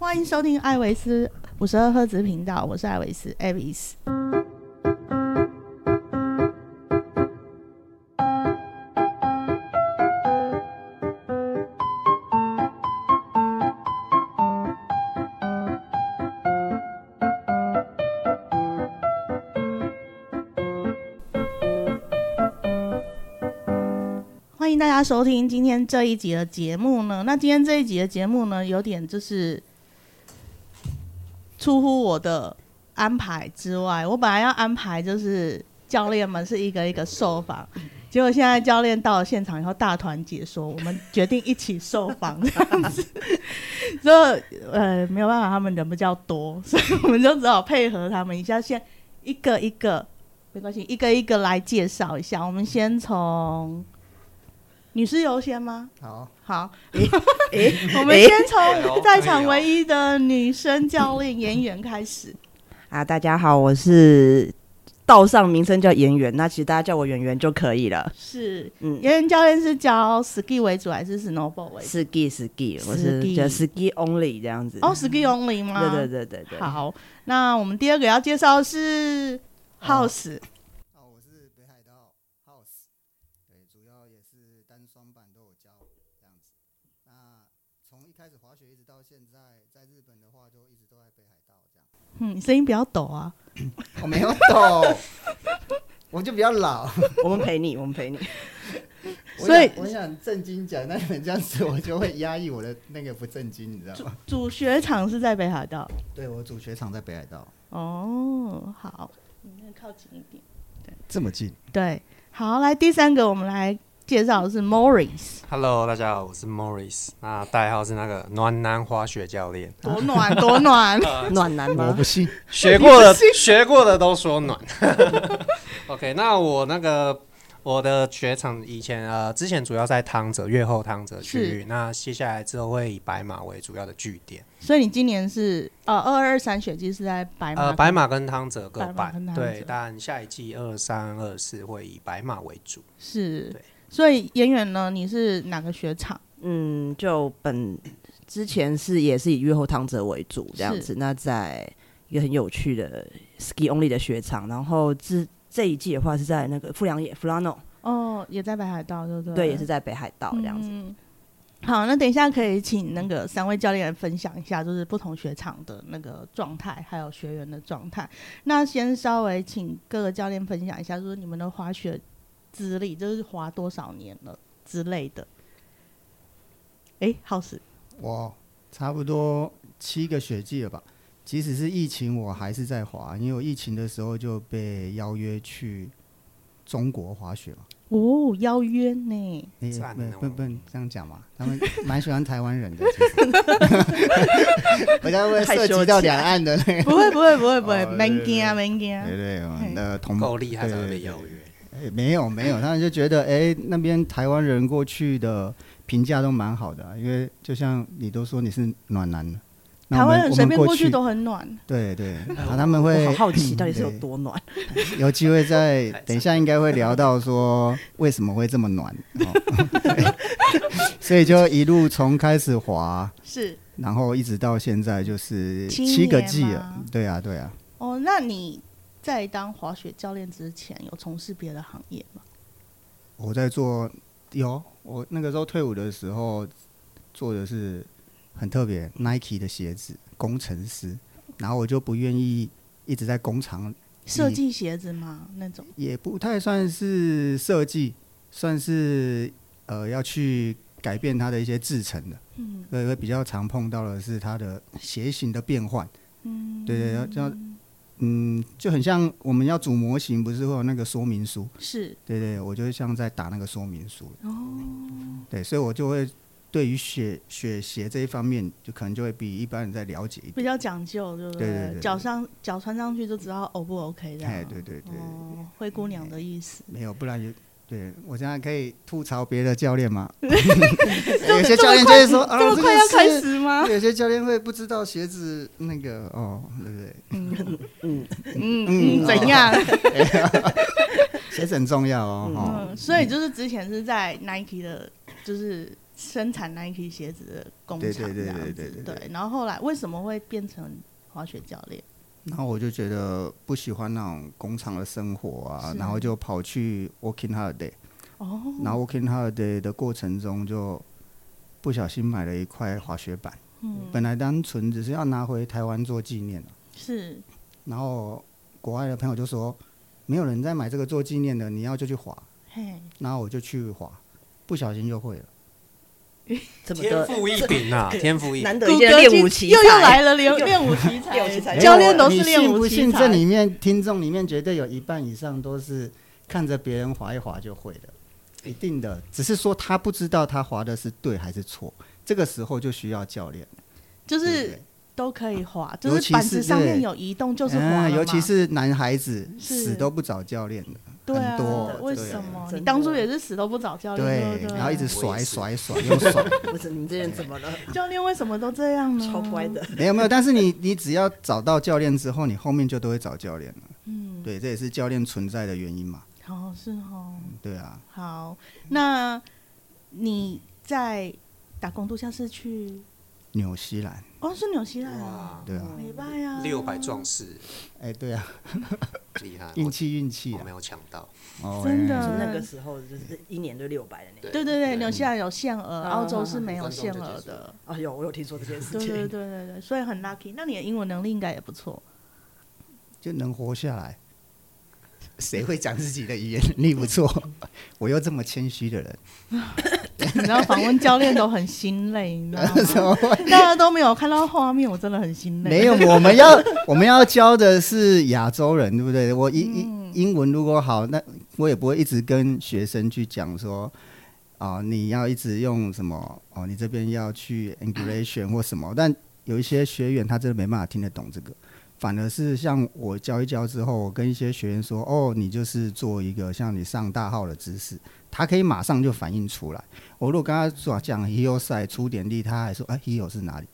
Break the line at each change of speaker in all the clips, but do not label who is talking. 欢迎收听艾维斯五十二赫兹频道，我是艾维斯 Avis。欢迎大家收听今天这一集的节目呢。那今天这一集的节目呢，有点就是出乎我的安排之外。我本来要安排就是教练们是一个一个受访，结果现在教练到了现场以后大团结说，我们决定一起受访这样子。所以呃没有办法，他们人比较多， 所以我们就只好配合他们一下，先一个一个。没关系，一个一个来介绍一下。我们先从女士优先吗？
好，
好，
诶
我们先
哎
从
呦
在场唯一的女生教练演员开始。
啊，大家好，我是道上名称叫演员，那其实大家叫我演员就可以了。
是
嗯
演员教练是教 ski 为主还是 snowboard 为主？
，ski ski，我是
Ski
叫 ski only 这样子。
哦，ski only 吗？
对对对对对。
好，那我们第二个要介绍的是 House，、
好，我是北海道 House，对，主要也是单双板都有教这样子。那从一开始滑雪一直到现在，在日本的话就一直都在北海道这样。
嗯，你声音比较抖啊。
我哦没有抖，我就比较 老，
我们陪你， 我们陪你。
我
所以
想我想正经讲，但你们这样子我就会压抑我的那个不正经，你知道吗？
主学场是在北海道。
对我主学场在北海道，
哦，好，你那个靠近一点。
这么近。
对，好，来第三个，我们来介绍的是 Morris，
Hello，大家好，我是 Morris，那代号是那个暖男滑雪教练，
多暖多暖。
暖男吗？
信，
学过的学过的都说暖。OK，那我那个我的雪场以前呃之前主要在汤泽越后汤泽区域，那接下来之后会以白马为主要的据点，
所以你今年是呃二二三雪季是在白马
呃白马跟汤泽各
白马跟汤
半，
泽
对，但下一季二三二四会以白马为主。
是
对，
所以演员呢，你是哪个雪场？
嗯，就本之前是也是以月后汤泽为主这样
是
子。那在一个很有趣的 ski only 的雪场，然后这这一季的话是在那个富良野 Flano，
哦，也在北海道，对不对？
对，也是在北海道这样子。
嗯好，那等一下可以请那个三位教练来分享一下，就是不同雪场的那个状态，还有学员的状态。那先稍微请各个教练分享一下，就是你们的滑雪资历，就是滑多少年了之类的。哎，浩史，
我差不多七个雪季了吧。即使是疫情，我还是在滑，因为我疫情的时候就被邀约去中国滑雪嘛。
哦，邀约呢？
你
赞
不
哦
不不能这样讲嘛，他们蛮喜欢台湾人的。其实 我家会涉及到两岸的那个。
不会，不会，不会，不会，
哦
没
对对
惊啊，
对
没惊啊。
对对，我们的同
够厉害才会
对
被
对
邀约。
哎没有没有，他们就觉得哎，那边台湾人过去的评价都蛮好的啊，因为就像你都说你是暖男了，那
台
我们
湾人随便
我们
过去
去
都很暖。
对对，然后他们会
哎我好好奇到底是有
嗯对
多暖。
有机会再等一下，应该会聊到说为什么会这么暖，哦、 所以就一路从开始滑，
是
然后一直到现在就是
七
七个
年
季了
吗，
对啊对啊，
哦，那你在当滑雪教练之前有从事别的行业吗？
嗯我在做有我那个时候退伍的时候做的是很特别 Nike 的鞋子，工程师，然后我就不愿意一直在工厂
设计鞋子吗？那种
也不太算是设计，算是呃要去改变它的一些制成的。嗯，所以会比较常碰到的是它的鞋型的变换。嗯，对对，要这样，嗯，就很像我们要组模型，不是会有那个说明书？
是
对对，我就是像在打那个说明书。哦，对，所以我就会对于雪雪鞋这一方面，就可能就会比一般人再了解一点。
比较讲究，对不
对对对对
脚上脚穿上去就知道 O 不 OK 这样。
哎，对对对，
哦，灰姑娘的意思。
没有，不然有。对我现在可以吐槽别的教 练吗？
这
有
么
些教练就会说，啊，
这么
个
快要
是
开。始啊吗？
有些教练会不知道鞋子那个哦，对不对？
嗯嗯，
嗯
怎样？
鞋子很重要哦。哦
嗯嗯，所以就是之前是在 Nike 的，就是生产 Nike 鞋子的工
对
厂
对对
这样
对
子。
对对对
然后后来为什么会变成滑雪教练？
然后我就觉得不喜欢那种工厂的生活啊，
是
然后就跑去 working holiday。
哦，
然后 working holiday 的过程中，就不小心买了一块滑雪板。
嗯，
本来单纯只是要拿回台湾做纪念的，啊
是
然后国外的朋友就说，没有人在买这个做纪念的，你要就去滑。
嘿，
然后我就去滑，不小心就会了。
这么
天
多
赋异 禀啊，天赋异
难
禀。
得一见的练武奇才
又又来了 练练武奇 才，
练武奇才
哎教练都
你
是练
信
武
不
奇
信？
才
这。里面听众里面绝对有一半以上都是看着别人滑一滑就会的，一定的。只是说他不知道他滑的是对还是错，这个时候就需要教练，
就
对不
是
对？
都可以滑，
尤
就
其
是
是
板子上面
对
有移动就是滑了嘛
嗯，尤其是男孩子
是
死都不找教练的，
对啊
很多
为
对
什么？
真
你
的
当初也是死都不找教练，对不对？
然后一直
我
甩
也是
甩甩又甩，
不是你们这些人怎么了？
教练为什么都这样呢？
超乖的，
没有没有。但是你你只要找到教练之后，你后面就都会找教练了。
嗯，
对，这也是教练存在的原因嘛。
好是哦，
对啊，
好，那你在打工度假是去
纽西兰，
哦，是纽西兰啊，
哇，
对啊，
没办呀，
六百壮士
嗯
哎、对啊，
厉害，
运
我
气运气
我
啊
没，有抢到。
哦
真的
哎
那个时候就是一年就六百的那种。
对对对，纽西兰有限额，
嗯
澳洲是没有
嗯嗯嗯
限额的。
啊，有我有听说这件事
对对对
情，
对对，所以很 lucky。那你的英文能力应该也不错，
就能活下来。 谁会讲自己的语言 能力不错？我又这么谦虚的人，
你知道访问教练都很心累，你知道
怎
吗？
么会？
大家都没有看到画面，我真的很心累。
没有，我们要我们要教的是亚洲人，对不对？我英英英文如果好，那我也不会一直跟学生去讲说，啊、你要一直用什么哦，你这边要去 English 或什么。但有一些学员他真的没办法听得懂这个，反而是像我教一教之后，我跟一些学员说，哦，你就是做一个像你上大号的姿势，他可以马上就反应出来。我如果跟他说讲 heel side 出点力，他还说，哎，heel 是哪里？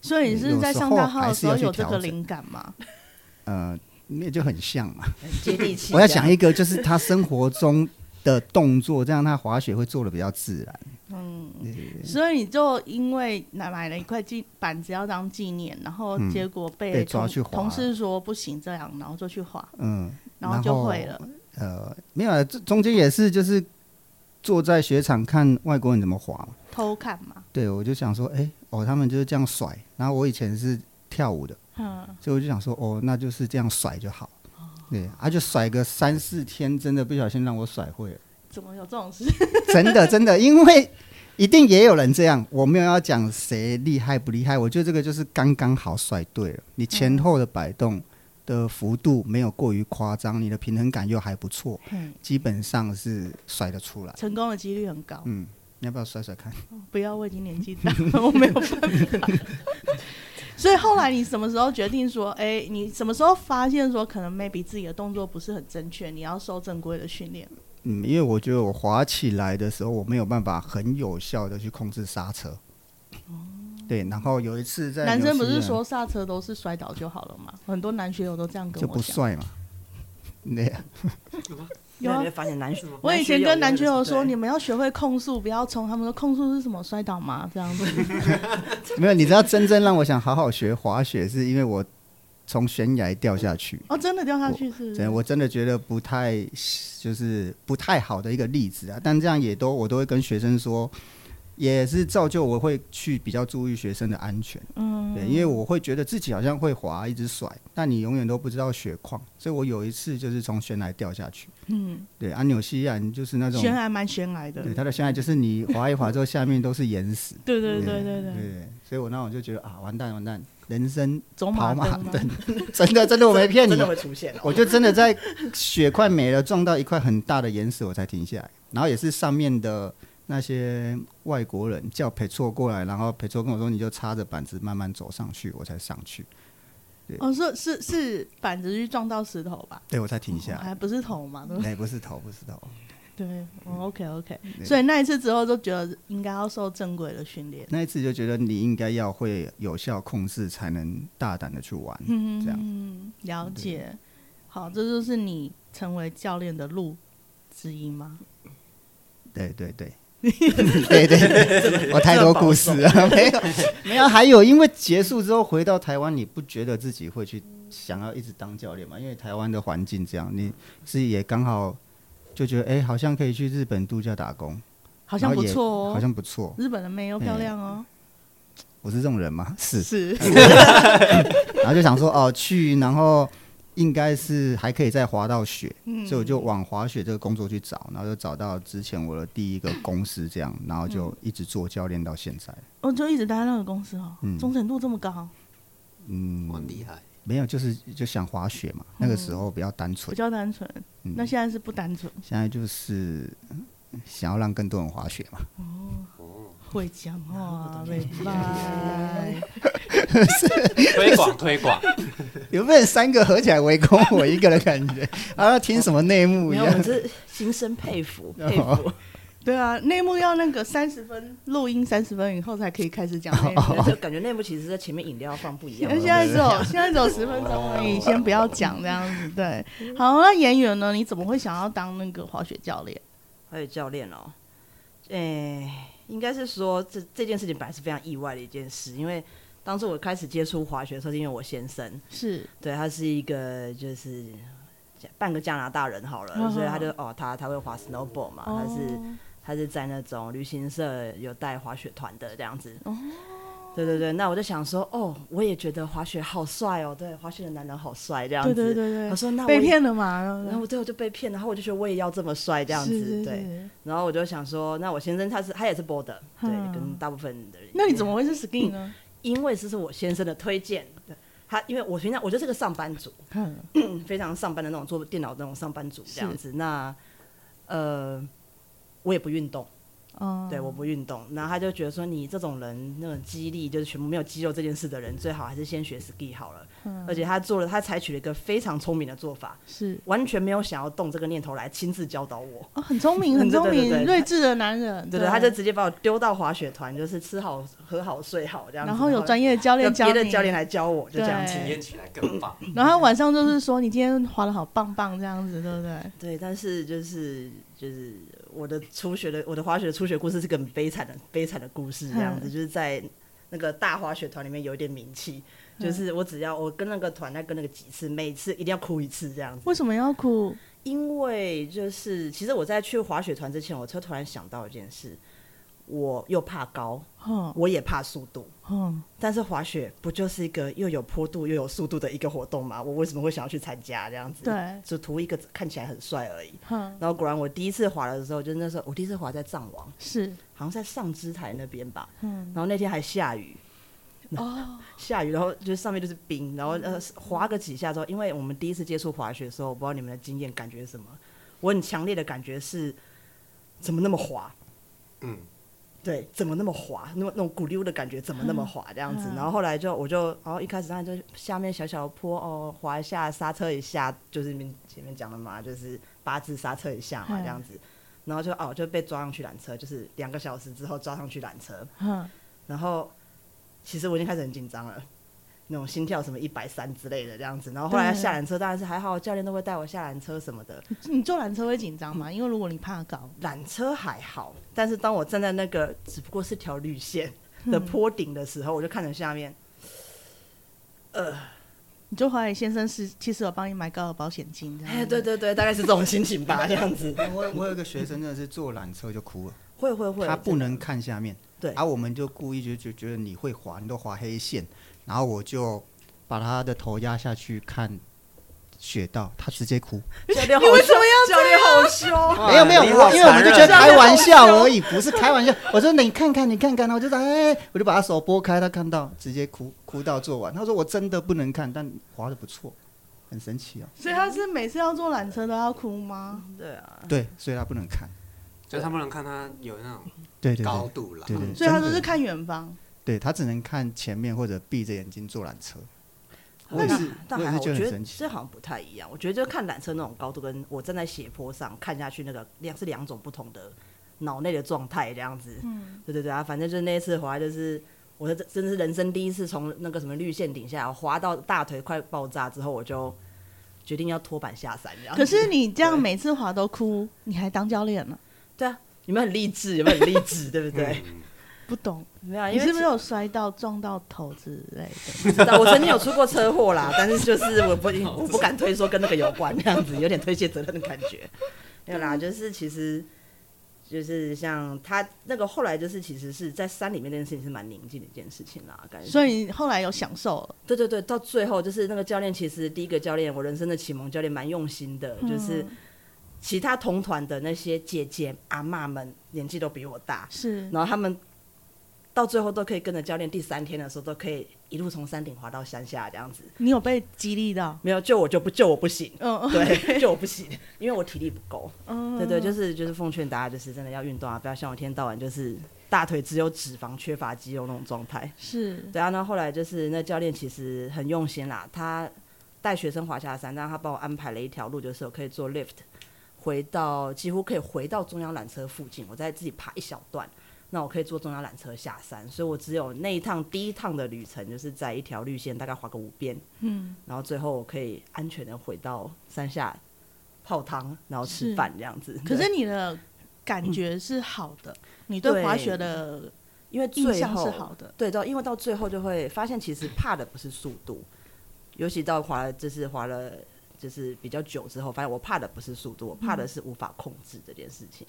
所以你是在上大号的时候
有时
有这
候还是要去
个
调整
灵感吗？
呃，那就很像嘛。
很接地 气。
我在想一个，就是他生活中的动作，这样他滑雪会做的比较自然。
嗯所以你就因为买买了一块纪板子要当纪念，然后
嗯
结果被
被抓
同
去滑
同事说不行这样，然后就去滑，
嗯，
然后就会了。
呃，没有啊，这中间也是就是坐在雪场看外国人怎么滑嘛。
偷看嘛。
对，我就想说，哎、哦，他们就是这样甩。然后我以前是跳舞的，
嗯，
所以我就想说，哦，那就是这样甩就好。对，啊，就甩个三四天，真的不小心让我甩会了。
怎么有这种事？
真的真的，因为一定也有人这样。我没有要讲谁厉害不厉害，我觉得这个就是刚刚好甩对了。你前后的摆动的幅度没有过于夸张，你的平衡感又还不错，
嗯
基本上是甩得出来。
成功的几率很高。
嗯，你要不要甩甩看？
不要，我已经年纪大 了，我没有办法。 所以后来你什么时候决定说，哎、你什么时候发现说，可能 maybe 自己的动作不是很正确，你要受正规的训练？
嗯，因为我觉得我滑起来的时候，我没有办法很有效的去控制刹车。对，然后有一次在
男
纽
生不
西
是
兰
说刹车都是摔倒就好了吗？很多男学友都这样跟
就
我
不
讲。
帅嘛？ 对啊，
有
有
啊
你会发现男生，
我以前跟男学友
友
说，你们要学会控速，不要冲。他们说控速是什么？摔倒吗？这样子。
没有，你知道真正让我想好好学滑雪，是因为我从悬崖掉下去，
哦，真的掉下去是不
真的
是？
我真的觉得不太就是不太好的一个例子啊。但这样也都我都会跟学生说，也是造就我会去比较注意学生的安全，
嗯，
对，因为我会觉得自己好像会滑一直甩，但你永远都不知道雪况，所以我有一次就是从悬崖掉下去，
嗯，
对，啊，纽西兰就是那种
悬。崖蛮悬崖的。
对，它的悬崖就是你滑一滑之后，下面都是岩石。
对对对对
对
对，
对，所以我那种就觉得啊，完蛋完蛋，人生
走
跑
马
马
灯吗？
灯， 真的真的我没骗你
真，的会出现哦。
我就真的在雪快没了，撞到一块很大的岩石，我才停下来。然后也是上面的那些外国人叫裴错过来，然后裴错跟我说，你就插着板子慢慢走上去，我才上去，
哦，是是是，板子去撞到石头吧？哦
对我才停下来。
还不是头嘛？对不对
哎，不是头，不是头，
对，哦，OK OK，
对
所以那一次之后就觉得应该要受正规的训练。
那一次就觉得你应该要会有效控制，才能大胆的去玩。
嗯，
这样
样了解。好，这就是你成为教练的路之一吗？
对对对， 对对对，我太多故事了，没有没有，还有因为结束之后回到台湾，你不觉得自己会去想要一直当教练嘛？因为台湾的环境这样，你自己也刚好就觉得哎、好像可以去日本度假打工，
好像
然后
不
也
错哦，
好像不错。
日本的妹又漂亮哦，
我是这种人吗？ 是，
是，
然后就想说哦去，然后应该是还可以再滑到雪，
嗯
所以我就往滑雪这个工作去找，然后就找到之前我的第一个公司这样，然后就一直做教练到现在。
我哦就一直待在那个公司哦，
嗯
忠诚度这么高，
嗯，
很厉害。
没有，就是就想滑雪嘛，那个时候比较单
比
纯。
较单纯。
嗯
那现在是不单纯，
现在就是嗯想要让更多人滑雪嘛，
会讲话，拜拜。
推广推 广，
有没有三个合起来围攻我一个的感觉？啊，听什么内幕
没
一
有，我
样哦
们？是心生佩服，佩
哦
服。
对啊，内幕要那个三十分录音，三十分以后才可以开始讲内 幕。
就感觉内部其实在前面饮料放不一
因
样
为。现在只有现在只有十分钟而已，先不要讲这样子。对，好，那演员呢？你怎么会想要当那个滑雪教练？
还有教练哦，诶、应该是说这这件事情本来是非常意外的一件事，因为当时我开始接触滑雪的时候，是因为我先生，
是
对他是一个就是半个加拿大人好了，
嗯
所以他就哦，他他会滑 snowboard 嘛，啊他是
哦
他是在那种旅行社有带滑雪团的这样子。
哦
对对对，那我就想说，哦，我也觉得滑雪好帅哦，对，滑雪的男人好帅这样子。
对对对
我
对，
说那我
被
也，
骗了嘛？
然后对我就被骗，然后我就觉得我也要这么帅这
这
样子，对。
对。
然后我就想说，那我先生他是他也是 border，对，
嗯
跟大部分的人。
那你怎么？会是 skin 呢？
因为这是我先生的推荐，对他因为我平常我就是个上班族，
嗯
非常上班的那种做电脑那种上班族这样子。那呃，我也不运动，
哦
对，我不运动。然后他就觉得说，你这种人那种肌力就是全部没有肌肉这件事的人，最好还是先学 ski 好了。
嗯
而且他做了，他采取了一个非常聪明的做法，
是
完全没有想要动这个念头来亲自教导我。
哦，很聪明，
嗯
很聪
对对对
明，
对
睿智的男人。
对对，他就直接把我丢到滑雪团，就是吃好、喝好、睡好这样子。
然后有专业的教
有
练教
别的
你
教练来嗯教我，就这样子。
对
体验起来更棒。
然后晚上就是说你今天滑的好棒棒这样子，对不对？
对，但是就是就是我的初学的我的滑雪的初学故事是个很悲惨的悲惨的故事，这样子、
嗯
就是在那个大滑雪团里面有一点名气，
嗯
就是我只要我跟那个团在跟那个几次，每次一定要哭一次这样子。
为什么要哭？
因为就是其实我在去滑雪团之前，我就突然想到一件事，我又怕高，
哼
我也怕速度。
哼，
但是滑雪不就是一个又有坡度又有速度的一个活动吗？我为什么会想要去参加这样子？，
对，
只图一个看起来很帅而已。
哼，
然后果然我第一次滑的时候，就是那时候我第一次滑在藏王，
是，
好像在上支台那边吧。
嗯，
然后那天还下雨，
哦，
下雨，然后就是上面就是冰，然后呃滑个几下之后，因为我们第一次接触滑雪的时候，我不知道你们的经验感觉是什么，我很强烈的感觉是怎么那么滑，
嗯，
对，怎么那么滑，那么那种骨溜的感觉怎么那么滑这样子，
嗯
然后后来就我就然后一开始当然就下面小小的坡哦，滑一下刹车一下，就是你们前面讲的嘛，就是八字刹车一下嘛
嗯
这样子，然后就哦就被抓上去缆车，就是两个小时之后抓上去缆车，
哼，
然后其实我已经开始很紧张了，那种心跳什么一百三之类的这样子。然后后来
对
下缆车当然是还好，教练都会带我下缆车什么的。
你坐缆车会紧张吗？因为如果你怕高，
缆车还好，但是当我站在那个只不过是条绿线的坡顶的时候，我就看着下面，
你就怀疑先生是其实有帮你买高额保险金这样。
哎，对，对对，大概是这种心情吧，这样子。
我我有一个学生真的是坐缆车就哭了，
会会会，
他不能看下面，啊
对
而、我们就故意就就觉得你会滑，你都滑黑线，然后我就把他的头压下去看雪道，他直接哭，
教练好凶，教练好凶。
没有没有，
你好
我因为我们就觉得
残忍啊
开玩笑而已，不是开玩笑。我说你看看你看看，然后我就说哎，我就把他手拨开，他看到直接哭哭到做完。他说我真的不能看，但滑的不错，很神奇哦。
所以他是每次要坐缆车都要哭吗？
对啊，
对，所以他不能看。
就是他不能看他有那种
对对
高
对
度啦。
对对，
所以他
真
都
的
是，看远方。
对他只能看前面或者闭着眼睛坐缆车。我
那
也是，
但
我也
还
是
好，
觉
我
得
觉
很
得
神奇
这。好像不太一样。我觉得就看缆车那种高度，跟我站在斜坡上看下去那个两是两种不同的脑内的状态，这样子。
嗯，
对对对啊，反正就是那一次滑，就是我的真的是人生第一次从那个什么绿线顶下滑到大腿快爆炸之后，我就决定要拖板下山。这样子
可是你这样
对
每次滑都哭，你还当教练了？
对啊，有没有很励志？有没有很励志？对不对？
嗯
不懂，
嗯没有啊，因
你
为
是不是有摔到撞到头之类的？
知道我曾经有出过车祸啦，但是就是 我不我不敢推说跟那个有关，那样子有点推卸责任的感 觉。没有啦，就是其实就是像他那个后来就是其实是在山里面那件事情是蛮宁静的一件事情啦，感觉。
所以你后来有享受了，
对对对，到最后就是那个教练，其实第一个教练，我人生的启蒙教练蛮用心的，
嗯
嗯就是其他同团的那些姐姐阿嬷们年纪都比我大，
是
然后他们到最后都可以跟着教练，第三天的时候都可以一路从山顶滑到山下这样子。
你有被激励到，
没有救我就不救我不行，
嗯
对，救我不行，因为我体力不够。
嗯，
对对，就是就是奉劝大家，就是真的要运动啊，不要像我一天到晚就是大腿只有脂肪缺乏肌肉那种状态。
是
对啊，那后来就是那教练其实很用心啦，他带学生滑下山，但他帮我安排了一条路，就是我可以做 lift，回到几乎可以回到中央缆车附近，我再自己爬一小段，那我可以坐中央缆车下山，所以我只有那一趟第一趟的旅程，就是在一条绿线大概滑个五遍，
嗯，
然后最后我可以安全的回到山下泡汤，然后吃
是
饭这样子。
可
对
是你的感觉是好的，你对
对
滑雪的
因为
印
最
象
后
是好的，
对，到因为到最后就会发现，其实怕的不是速度，尤其到滑了就是滑了就是比较久之后，发现我怕的不是速度，我怕
嗯
的是无法控制这件事情。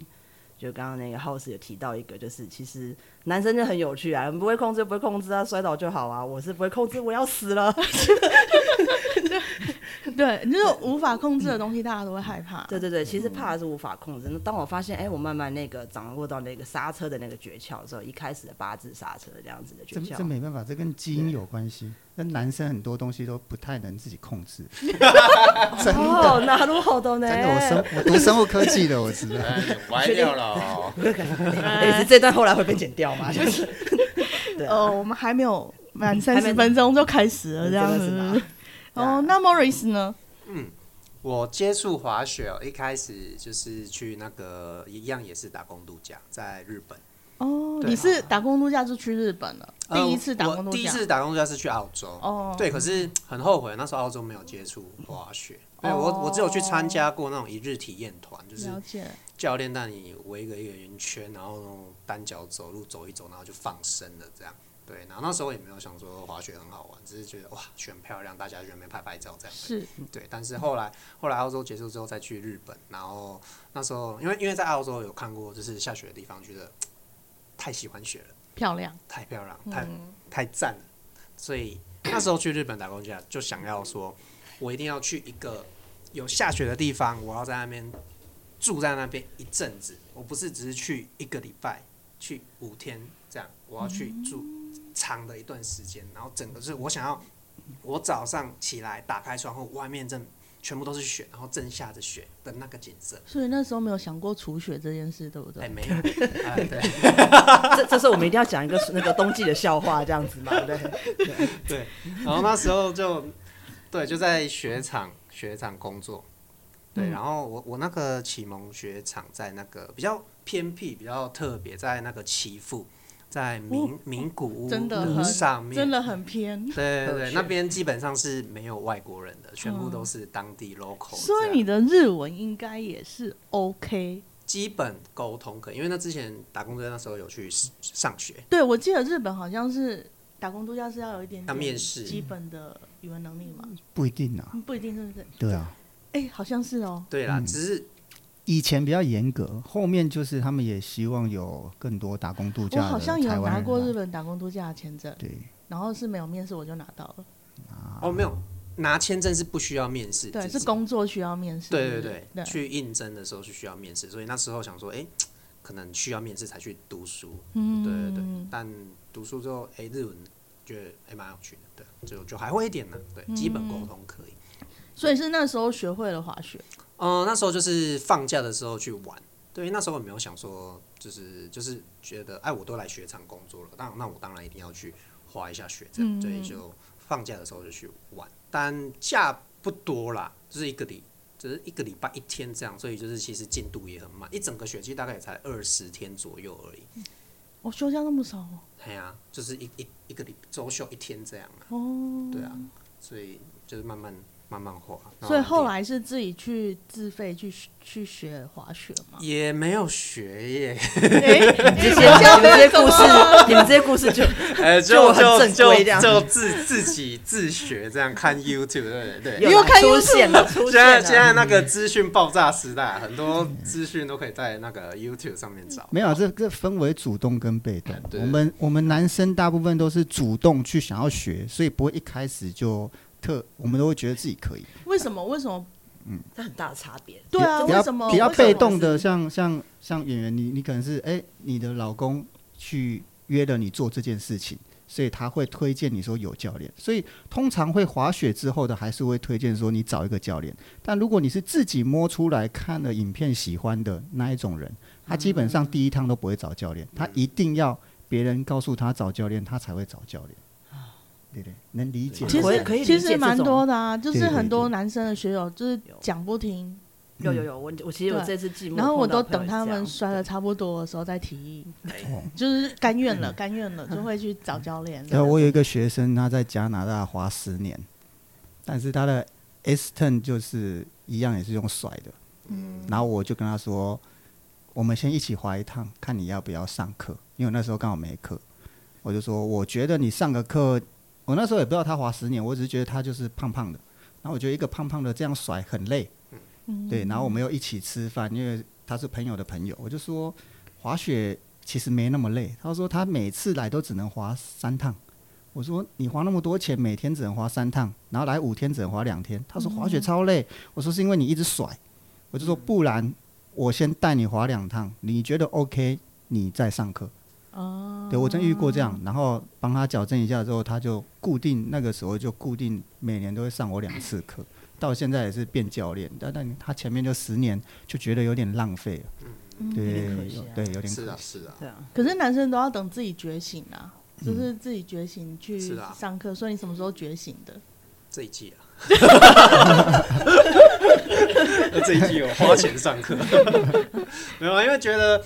就刚刚那个 House 有提到一个，就是其实男生就很有趣啊，不会控制不会控制啊，摔倒就好啊，我是不会控制，我要 死了。
对，你就是无法控制的东西，大家都会害怕。
嗯对对对，其实
嗯
怕的是无法控制。那当我发现，哎、我慢慢那个掌握到那个刹车的那个诀窍之后，一开始的八字刹车这样子的诀
这这
窍，
没办法，这跟基因有关系。那男生很多东西都不太能自己控制，真的。
哦，那路好多呢，
真的，我生我读生物科技的，我知道。
哎歪掉了哦，
也哎是这段后来会被剪掉 嘛，就是对啊
呃，我们还没 有满三
还没
十分钟就开始了，这样
真的
子
是吧。啊
哦，那 Morris 呢？
我接触滑雪哦，一开始就是去那个一样也是打工度假，在日本。
哦，
对
你是打工度假就去日本了，
呃
第一次打工度
我第一
假。
次打工度假是去澳洲。
哦，
对，可是很后悔，那时候澳洲没有接触滑雪，对我我只有去参加过那种一日体验团，就是
了解。
教练带你围一个一个圆圈，然后单脚走路走一走，然后就放生了这样。对，然后那时候也没有想说滑雪很好玩，只是觉得哇，雪很漂亮，大家就在那边拍拍照这样。
是
对，但是后来后来澳洲结束之后再去日本，然后那时候因为因为在澳洲有看过就是下雪的地方，觉得太喜欢雪了，
漂亮，
太漂亮，太、太赞了，所以那时候去日本打工假就想要说，我一定要去一个有下雪的地方，我要在那边住在那边一阵子，我不是只是去一个礼拜，去五天这样，我要去住长的一段时间，然后整个是我想要，我早上起来打开窗户，外面正全部都是雪，然后正下着雪的那个景色，
所以那时候没有想过除雪这件事，对不
哎、
对？
没有，哎、对。
这这时候我们一定要讲一个那个冬季的笑话，这样子嘛，对不对？
对，然后那时候就对就在雪场雪场工作，对，
嗯
然后我我那个启蒙雪场在那个比较偏僻、比较特别，在那个岐阜，在名名古屋
哦真的
屋上
很，
面，
真的很偏。
对对
很有
对，
趣
那边基本上是没有外国人的，全部都是当地 local，
嗯所以
这
你
样
的日文应该也是 OK。
基本沟通可以，因为那之前打工队那时候有去上学，
对，我记得日本好像是打工度假是要有一点
要
点
面试
基本的语文能力嘛，
不一定啊，
嗯不一定是不是？
对啊，
哎，好像是哦。
对啦，只是
以前比较严格，后面就是他们也希望有更多打工度假
我
的
好像有
台湾
拿
人啊
过
来
日本打工度假的签证，
对，
然后是没有面试我就拿到了。
哦没有拿签证是不需要面试，
啊对，
只
是工作需要面试。
对
是不
对
是
对，
嗯对，
去应征的时候是需要面试，所以那时候想说，哎、可能需要面试才去读书，
嗯
对对对。但读书之后，哎、日文觉得哎蛮、有趣的，对，就就还会一点呢，对，基本沟通可以。
所以是那时候学会了滑雪。
嗯、那时候就是放假的时候去玩，对，那时候也没有想说，就是就是觉得，哎，我都来雪场工作了，那那我当然一定要去滑一下雪，这
嗯
样，所以就放假的时候就去玩，但假不多啦，就是一个礼，就是一个礼拜一天这样，所以就是其实进度也很慢，一整个学期大概也才二十天左右而已。
我休假那么少哦，
哎呀、就是一一一个礼周休一天这样啊，
哦，
对啊，所以就是慢慢慢慢滑。然
所以后
练？
来是自己去自费去学去学滑雪嘛
也没有学业，
哎
这些你们这些故事，你们这些故事就
呃，
就
就
很
就
正规这样
就就自自己自学这样看 YouTube，对对对。
有
啦
看
出
YouTube
现了，出
现在现
现了。
在那个资讯爆炸时代，很多资讯都可以在那个 YouTube 上面找。
没有，啊这这分为主动跟被动。
对
我们我们男生大部分都是主动去想要学，所以不会一开始就特，我们都会觉得自己可以。
为什么？为什么？
这很大的差别。
对啊，
比较
为什么？
比较
为什么
被动的，
是
像像像演员，你你可能是哎、你的老公去约了你做这件事情，所以他会推荐你说有教练。所以通常会滑雪之后的，还是会推荐说你找一个教练。但如果你是自己摸出来看了影片喜欢的那一种人，他基本
嗯
上第一趟都不会找教练，他一定要别人告诉他找教练，他才会找教练。对不对？能理解
啊
吗。
其
我也可以
实
理
其
解
实蛮
这种
多的啊，就
对
是
对
很多
对
男生的学友就是讲不听，
有有有，我我其实我
对
这次寂寞，
然后我
碰到
都
朋友
等他
也这样
们摔的差不多的时候再提议，
哦嗯
就是甘愿了，甘愿了就会去找教练。
对，我有一个学生，他在加拿大滑十年，但是他的 S turn 就是一样也是用甩的。
嗯
然后我就跟他说，我们先一起滑一趟，看你要不要上课，因为我那时候刚好没课。我就说，我觉得你上个课，我那时候也不知道他滑十年，我只是觉得他就是胖胖的。然后我觉得一个胖胖的这样甩很累，
嗯
对。然后我们又一起吃饭，因为他是朋友的朋友，我就说滑雪其实没那么累。他说他每次来都只能滑三趟。我说你花那么多钱，每天只能滑三趟，然后来五天只能滑两天。他说滑雪
嗯
超累，我说是因为你一直甩，我就说不然我先带你滑两趟，你觉得 OK，你再上课。
哦，
对我真遇过这样，然后帮他矫正一下之后，他就固定那个时候就固定每年都会上我两次课，到现在也是变教练，但但他前面就十年就觉得有点浪费了，
嗯
对
有点可惜啊
对，有点
是
可
啊
惜。
是啊，
对啊，
可是男生都要等自己觉醒啊，
嗯
就是自己觉醒去
是啊
上课。所以你什么时候觉醒的？
这一季啊， 这一季有花钱上课， 没有啊，因为觉得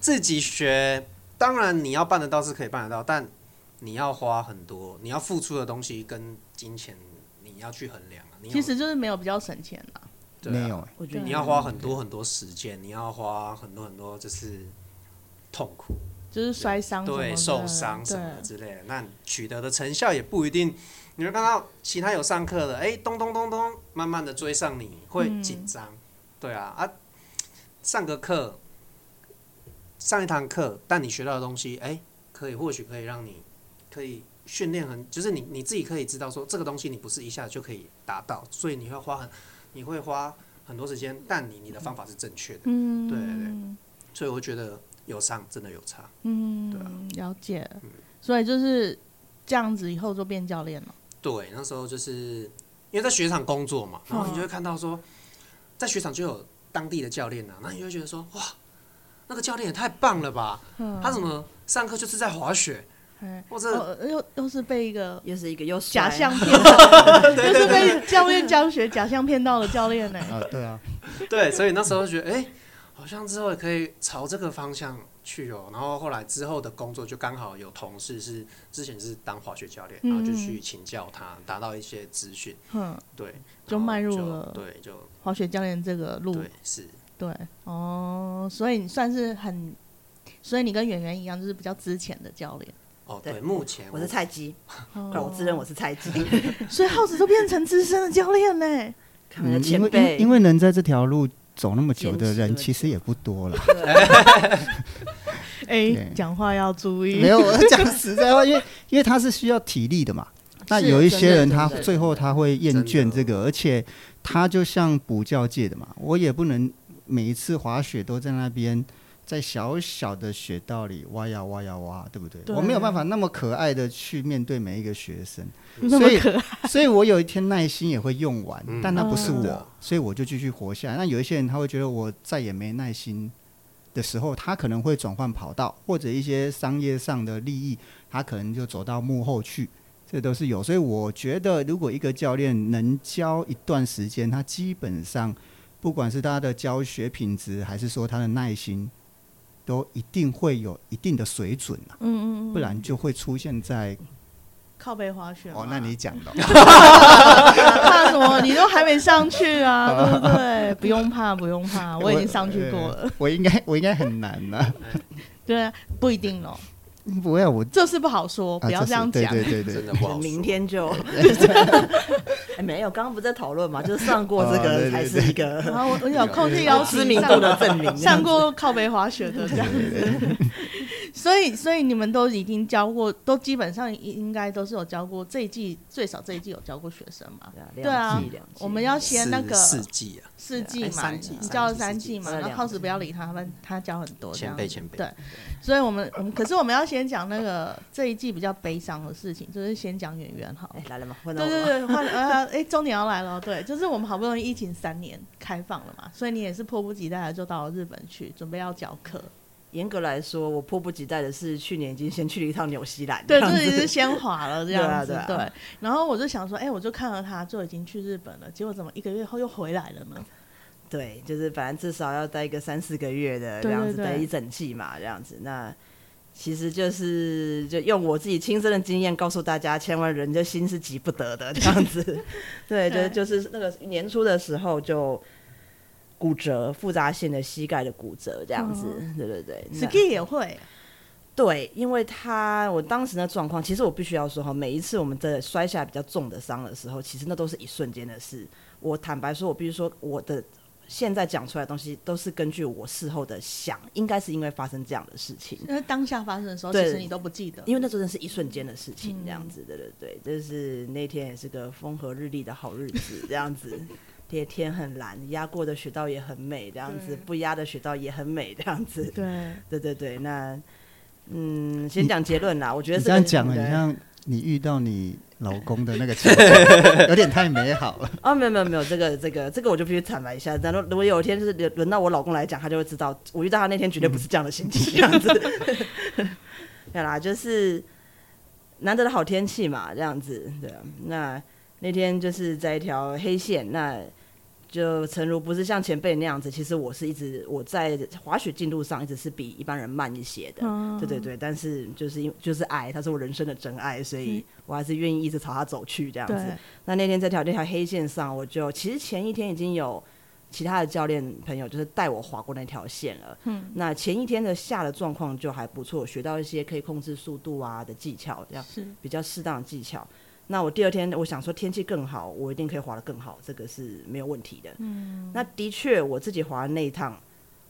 自己学，当然你要办得到是可以办得到，但你要花很多，你要付出的东西跟金钱你要去衡量啊，你有
其实就是没有比较省钱啦。
对啊
没有、欸，
我觉得
你要花很多很多时间，你要花很多很多就是痛苦，
就是摔伤啊什么
对
的
受伤什么的
对
之类的，那取得的成效也不一定。你会看到其他有上课的，哎、咚咚咚咚，慢慢的追上你，会
嗯
紧张。对啊，啊，上个课，上一堂课，但你学到的东西，哎、可以或许可以让你可以训练很，就是你你自己可以知道说这个东西你不是一下就可以达到，所以你会花很，你会花很多时间，但你你的方法是正确的，
嗯，
对对对所以我觉得有上真的有差。对啊
嗯，了解。所以就是这样子，以后就变教练了。
对，那时候就是因为在雪场工作嘛，然后你就
嗯
会看到说，在雪场就有当地的教练啊，那你就会觉得说，哇，那个教练也太棒了吧，
嗯
他怎么上课就是在滑雪，
哎，
或者
哦，又又是被一 个
又是一个又
假
摔
象骗到，又是被教练教学假象骗到的教练呢。
啊，对啊，
对，所以那时候觉得，哎、好像之后也可以朝这个方向去哦。然后后来之后的工作就刚好有同事是之前是当滑雪教练，然后就
嗯
去请教他，达到一些资讯。
哼，
对，
就
然后
迈入了
对，就
滑雪教练这个路，
对是，
对，哦，所以你算是很，所以你跟圆圆一样，就是比较之前的教练。
哦
对
对，目前
我是菜鸡，不然我
哦
自认我是菜鸡，
所以耗子都变成资深的教练嘞。
看我的
嗯因
前
为因为
辈
因，为能在这条路走那么久的
坚持那
人
么
其实也不多了。
哎、
对
讲话要注意。
没有， 我讲实在话，因为因为他是需要体力的嘛。那
是
有一些人
真的
他
真的
最后他会厌
真
倦
的
这个，而且他就像补教界的嘛，我也不能每一次滑雪都在那边在小小的雪道里挖呀挖呀挖，对不对？
对
我没有办法那么可爱的去面对每一个学生，
那么 可爱，
所以我有一天耐心也会用完，
嗯
但那不是
嗯
我，
对啊
所以我就继续活下来。那有一些人他会觉得我再也没耐心的时候，他可能会转换跑道，或者一些商业上的利益，他可能就走到幕后去，这都是有。所以我觉得，如果一个教练能教一段时间，他基本上不管是他的教学品质，还是说他的耐心，都一定会有一定的水准啊，
嗯嗯嗯，
不然就会出现在。
靠背滑雪嘛。
哦，那你讲的哦，
怕什么？你都还没上去 啊，对不对？不用怕，不用怕，我已经上去过了。
我呃应该我应该很难啊呐、
对啊，不一定哦，
不要我
这是不好说，不要
啊
这样
是
讲。
对对对
真
对，
的不好说。
明天就， 哎没有，刚刚不是在讨论嘛，就是上过这
哦
啊
个
对对
才是一个
然后我我有空去邀请
知名
上
度的证明。这样
上过靠北滑雪的这样子， 所以所以你们都已经教过，都基本上应该都是有教过这一季最少这一季有教过学生嘛？
对
对啊
啊，两季两季
我们要先那个
四四季啊，
四季
哎
嘛，
三季
你教
三季
三
四
季
季
嘛，
四季
然后 cos 不要理他，他们他教很多这
前
样
辈
子。
前辈。
对，所以我们我们可是我们要先讲那个这一季比较悲伤的事情，就是先讲演员好了。
哎来了嘛，换到
对
我
对
了吗
对，换呃，哎，终点要来了，对，就是我们好不容易疫情三年开放了嘛，所以你也是迫不及待的就到了日本去，准备要教课。
严格来说，我迫不及待的是去年已经先去了一趟纽西兰，
对，
这
就
样
是已经
子
先滑了这样子，
对 啊
对
对啊
然后我就想说，哎、我就看了他就已经去日本了，结果怎么一个月后又回来了呢？
对，就是反正至少要待个三四个月的
对
这样子，
对对
待一整季嘛，这样子。那其实就是就用我自己亲身的经验告诉大家，千万人家心是急不得的这样 子。对，就
对
就是那个年初的时候就骨折，复杂性的膝盖的骨折这样子。
哦
对对对，那
ski 也会，
对，因为他我当时的状况，其实我必须要说哈，每一次我们在摔下比较重的伤的时候，其实那都是一瞬间的事。我坦白说，我必须说我的现在讲出来的东西都是根据我事后的想，应该是因为发生这样的事情，
因为当下发生的时候，其
对
实你都不记得，
因为那真的是一瞬间的事情，
嗯
这样子，对对对，就是那天也是个风和日丽的好日子，这样子。天天很蓝，压过的雪道也很美，这样子
对；
不压的雪道也很美，这样子。
对，
对对对，那嗯，先讲结论啦。我觉得
你
这
这样讲
个对
很像你遇到你老公的那个情况有点太美好了。
哦，没有没有没有，这个这个这个我就必须坦白一下。然后如果有一天就是轮轮到我老公来讲，他就会知道我遇到他那天绝对不是这样的心 情，这样子。对啦，就是难得的好天气嘛，这样子。对啊，那那天就是在一条黑线，那就诚如不是像前辈那样子，其实我是一直我在滑雪进度上一直是比一般人慢一些的。
嗯
对对，对，但是就是因就是爱，他是我人生的真爱，所以我还是愿意一直朝他走去这样子。
对，
那那天在条那条黑线上，我就其实前一天已经有其他的教练朋友就是带我划过那条线了。
嗯，
那前一天的下的状况就还不错，学到一些可以控制速度啊的技巧，这样
是，
比较适当的技巧。那我第二天我想说天气更好，我一定可以滑得更好，这个是没有问题的。嗯，那的确我自己滑的那一趟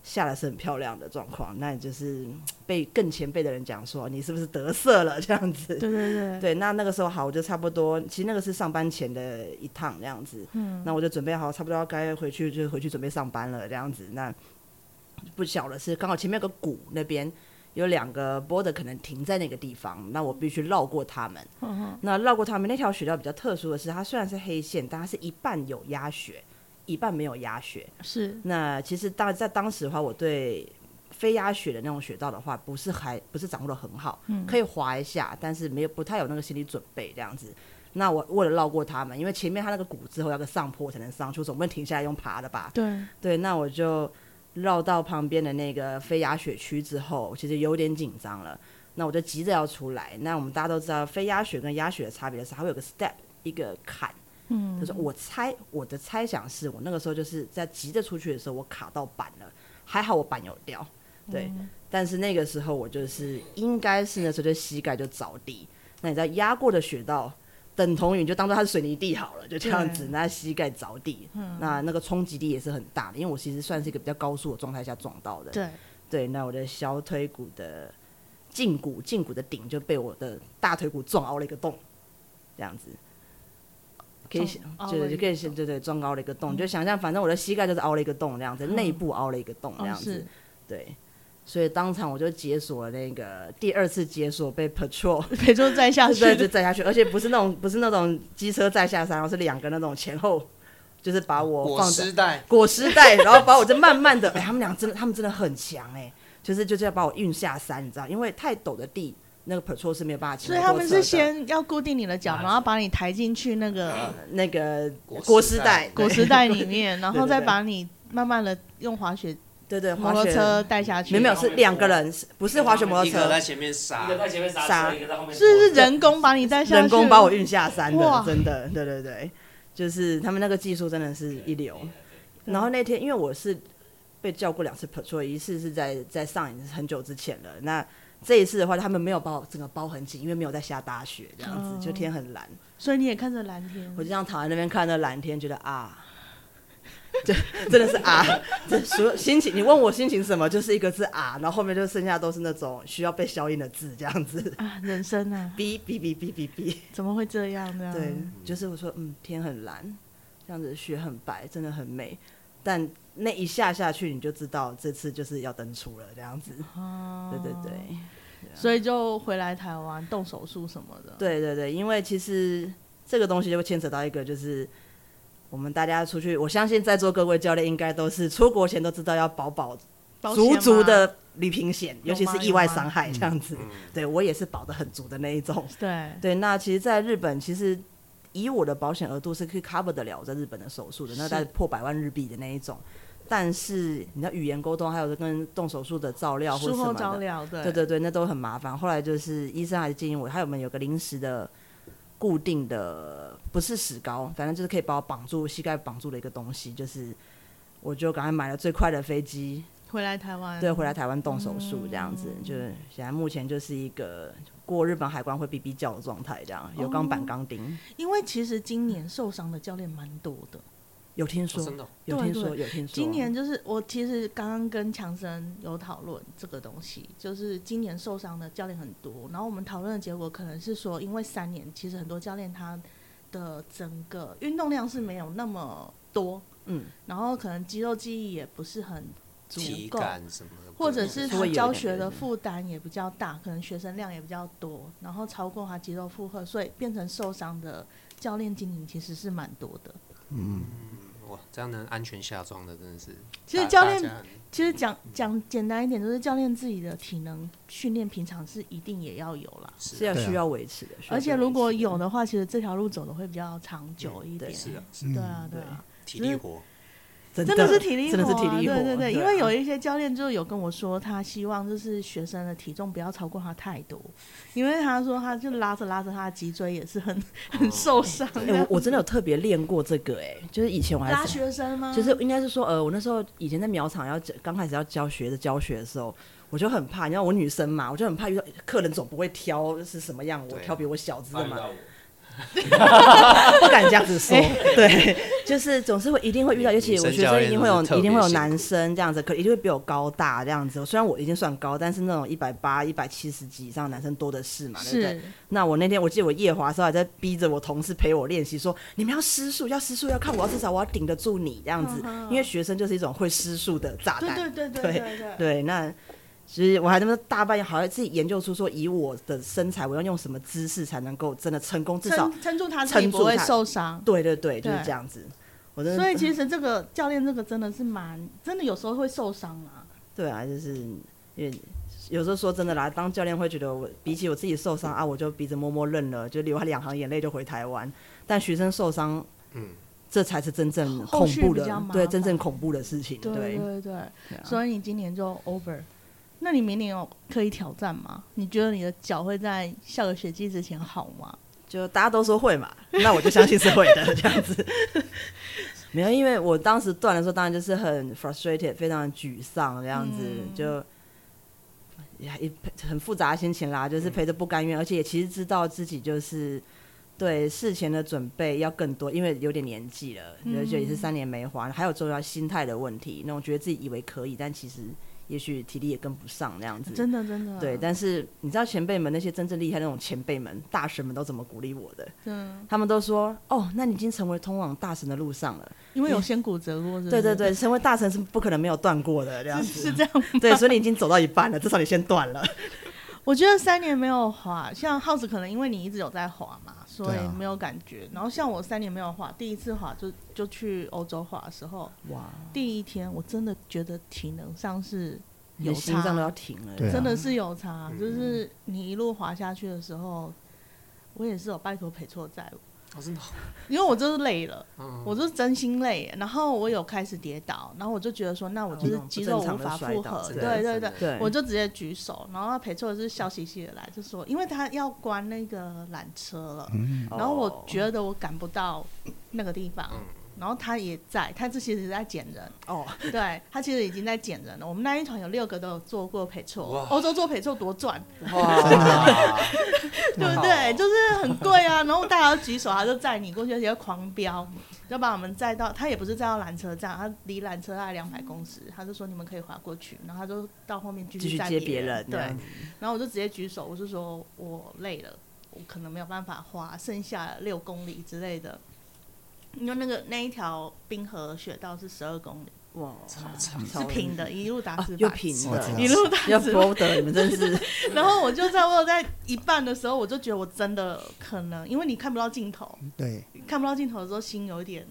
下来是很漂亮的状况，那也就是嗯被更前辈的人讲说你是不是得瑟了这样子。
对对对，
对，那那个时候好，我就差不多，其实那个是上班前的一趟这样子。嗯，那我就准备好，差不多要该回去就回去准备上班了这样子。那不巧的是，刚好前面有个谷那边有两个 border 可能停在那个地方，那我必须绕过他们。
嗯
那绕过他们那条雪道比较特殊的是，它虽然是黑线，但它是一半有压雪，一半没有压雪。
是，
那其实当在当时的话，我对非压雪的那种雪道的话，不是还不是掌握的很好，
嗯
可以滑一下，但是没有不太有那个心理准备这样子。那我为了绕过他们，因为前面他那个谷之后要个上坡才能上去，总不能停下来用爬的吧？
对，
对，那我就绕到旁边的那个飞鸭雪区之后，其实有点紧张了。那我就急着要出来。那我们大家都知道，飞鸭雪跟鸭雪的差别是，它会有个 step，一个坎。
嗯，
就是我猜我的猜想是我那个时候就是在急着出去的时候，我卡到板了，还好我板有掉，对。
嗯
但是那个时候我就是应该是那时候就膝盖就着地，那你知道压过的雪道，等同于你就当做它是水泥地好了，就这样子
对，嗯
那膝盖着地，那那个冲击力也是很大的，因为我其实算是一个比较高速的状态下撞到的，
对，
对，那我的小腿骨的胫骨胫骨的顶就被我的大腿骨撞凹了一个洞，这样子。可以想
撞，凹
就
了一
是可以
个
想，
洞嗯
对对，撞凹了一个洞，就想象，反正我的膝盖就是凹了一个洞，这样子，内部凹了一个洞，这
哦
样子，
是，
对，所以当场我就解锁了那个第二次解锁 被 patrol
也就再下
对
去，
对，就载下去，而且不是那种不是那种机车载下山，然后是两个那种前后，就是把我
嗯裹
放在
尸袋，
裹尸袋，然后把我就慢慢的，哎、他们俩真的，他们真的很强哎、就是就是要把我运下山，你知道，因为太陡的地，那个 patrol 是没有啊办法骑
所
摩
以
托车的。
他们是先要固定你的脚，然后把你抬进去那 个
那个
裹尸
裹尸袋
袋，
果
啊对
实袋里面，然
对
后
对
再
对
把你慢慢的用滑雪
对对，
摩
滑
托
雪
车带下去，哦
没有没有是两个人，是不是滑雪摩托
一个
车，
在前面杀
一个，在前面刹
刹
车，一个在后面。
是是人工把你带下去，
人工把我运下山
哇
的，真的，对对对，就是他们那个技术真的是一流。然后那天因为我是被叫过两次 p 所以一次是在在上影很久之前了，那。这一次的话，他们没有把我整个包很紧，因为没有在下大雪，这样子、
哦
就天很蓝。
所以你也看着蓝天，
我就这样躺在那边看那蓝天，觉得啊，这真的是啊，这所有心情。你问我心情什么，就是一个字啊，然后后面就剩下都是那种需要被消音的字，这样子，
啊，人生啊，
哔哔哔哔哔哔。
怎么会这样呢？
对，就是我说，嗯，天很蓝，这样子雪很白，真的很美。但那一下下去，你就知道这次就是要登出了，这样子。
哦
对对对，
所以就回来台湾动手术什么的。
对对对，因为其实这个东西就会牵扯到一个，就是我们大家出去，我相信在座各位教练应该都是出国前都知道要保保
保险
足
吗
足的旅平险，
有
尤其
吗
是意
有
外
吗
伤害这样子。
嗯哦
对我也是保的很足的那一种。
对，
对，那其实，在日本，其实以我的保险额度是可以 cover 得了我在日本的手术的，那
是
大概破百万日币的那一种。但是你的语言沟通，还有跟动手术的照料或
术
者什么
后
的，
照料对
对对对，那都很麻烦。后来就是医生还是建议我，还有没有有个临时的固定的，不是石膏，反正就是可以把我绑住膝盖绑住的一个东西，就是我就赶快买了最快的飞机，
回来台湾
对，回来台湾动手术这样子，
哦
就是现在目前就是一个过日本海关会哔哔叫的状态，这样有钢
哦
板钢钉，
因为其实今年受伤的教练蛮多的。
有听
哦
说，
真的哦
有
对
听
对
说，有听说，
今年就是我其实刚刚跟强生有讨论这个东西，就是今年受伤的教练很多，然后我们讨论的结果可能是说，因为三年其实很多教练他的整个运动量是没有那么多，
嗯，
然后可能肌肉记忆也不是很足
体
够，
感什么的，
或者是
是
他
会有一
教
点
学
点
的
的
负担也比较大，可能学生量也比较多，然后超过他肌肉负荷，所以变成受伤的教练经营其实是蛮多的。
嗯哇，这样能安全下装的真的是，
其实
大
教练
大家很
其实讲讲简单一点，就是教练自己的体能训练平常是一定也要有啦，
是要
对啊
需要维持的，需要
而且
维
如果
持的嗯
有的话，其实这条路走的会比较长久一点。
对
是啊，是
嗯
对啊，对啊，
体力活，
真
真的是体力活、啊，
真的是体力活，
对对对，因
啊
为有一些教练就有跟我说，他希望就是学生的体重不要超过他太多，因为他说他就拉着拉着他的脊椎也是很很受伤
哦哎、
的。
我我真的有特别练过这个、哎，就是以前我还
拉
是，
学生吗？
就是应该是说，呃，我那时候以前在苗场要教刚开始要教学的教学的时候，我就很怕，你知道我女生嘛，我就很怕遇到客人总不会挑是什么样，我
对
挑比我小只
然
的
后遇
嘛
到，我
不敢这样子说，对，就是总是会一定会遇到，尤其我学生一定会有
哎女生教练真的是特别
一定会有男生这样子，可一定会比我高大这样子。虽然我已经算高，但是那种一百八、一百七十几以上的男生多的是嘛，对不对？
是
那我那天我记得我夜华的时候还在逼着我同事陪我练习，说你们要失速，要失速，要看我要至少我要顶得住你这样子
嗯，哼
因为学生就是一种会失速的炸
对
弹，
对对对
对
对对，
对，那其实我还那么大半夜，好像自己研究出说，以我的身材，我要用什么姿势才能够真的成功，至少
撑撑住他自己
撑住
不会
他
受伤。
对对对，就是
对
这样子。我真的
所以其实这个教练这个真的是蛮，真的有时候会受伤啦。
对啊，就是因为有时候说真的啦，当教练会觉得我比起我自己受伤啊，我就鼻子默默认了，就流两行眼泪就回台湾。但学生受伤，
嗯，
这才是真正
后
恐
续
怖
比较
的
麻，
对，
烦
真正恐怖的事情。对，
对对对，
对啊
所以你今年就 over。那你明年有可以挑战吗？你觉得你的脚会在下个学期之前好吗？
就大家都说会嘛，那我就相信是会的这 样子。没有，因为我当时断的时候，当然就是很 frustrated，非常沮丧这样子，
嗯
就哎也也很复杂的心情啦，就是陪着不甘愿，而且也其实知道自己就是对事前的准备要更多，因为有点年纪了，
嗯
而且也是三年没还，还有重要心态的问题，那种觉得自己以为可以，但其实也许体力也跟不上那样子。
真的真的，啊
对，但是你知道前辈们那些真正厉害的那种前辈们、大神们都怎么鼓励我的？
嗯，
他们都说：“哦，那你已经成为通往大神的路上了。
因为有先骨折过，是不是
对对，对，成为大神是不可能没有断过的，这样
是
子。
这样。
对，所以你已经走到一半了，至少你先断了。
我觉得三年没有滑，像耗子可能因为你一直有在滑嘛，所以
对啊
没有感觉。然后像我三年没有滑，第一次滑就就去欧洲滑的时候，
哇，
第一天我真的觉得体能上是
你的
有
心脏
差
都要停了。
对啊
真的是有差，就是你一路滑下去的时候，我也是有拜托陪错在，
我哦真的嗯
因为我就是累了，我就是真心累，然后我有开始跌倒，然后我就觉得说，那我就是肌肉无法负荷，
嗯
对对对，
对，
我就直接举手，然后他陪错就是笑嘻嘻的来，就说，因为他要关那个缆车了，
嗯，
然后我
哦
觉得我赶不到那个地方
嗯，
然后他也在，他这其实是在捡人，
哦，
对他其实已经在捡人了。我们那一团有六个都有做过陪错
哇，
欧洲做陪错多赚，
哇，
对不
嗯
对？就是很贵啊。然后大家都举手，他就载你过去，而且就狂飙，就把我们载到。他也不是载到缆车站，他离缆车大概两百公尺，他就说你们可以划过去，然后他就到后面继
继
续
续
载
接别人
人。，对
这，样
然后我就直接举手，我是说我累了，我可能没有办法花剩下六公里之类的。因为那个那一条冰河雪道是十二公里，
哇，
好长
是平 的，一路打
啊
直
又
板，
平
我知
的
道，
一路打
要
直
pro 的，你们 真是
然后我就在我有在一半的时候，我就觉得我真的可能，因为你看不到尽头，
对，
看不到尽头的时候，心有一点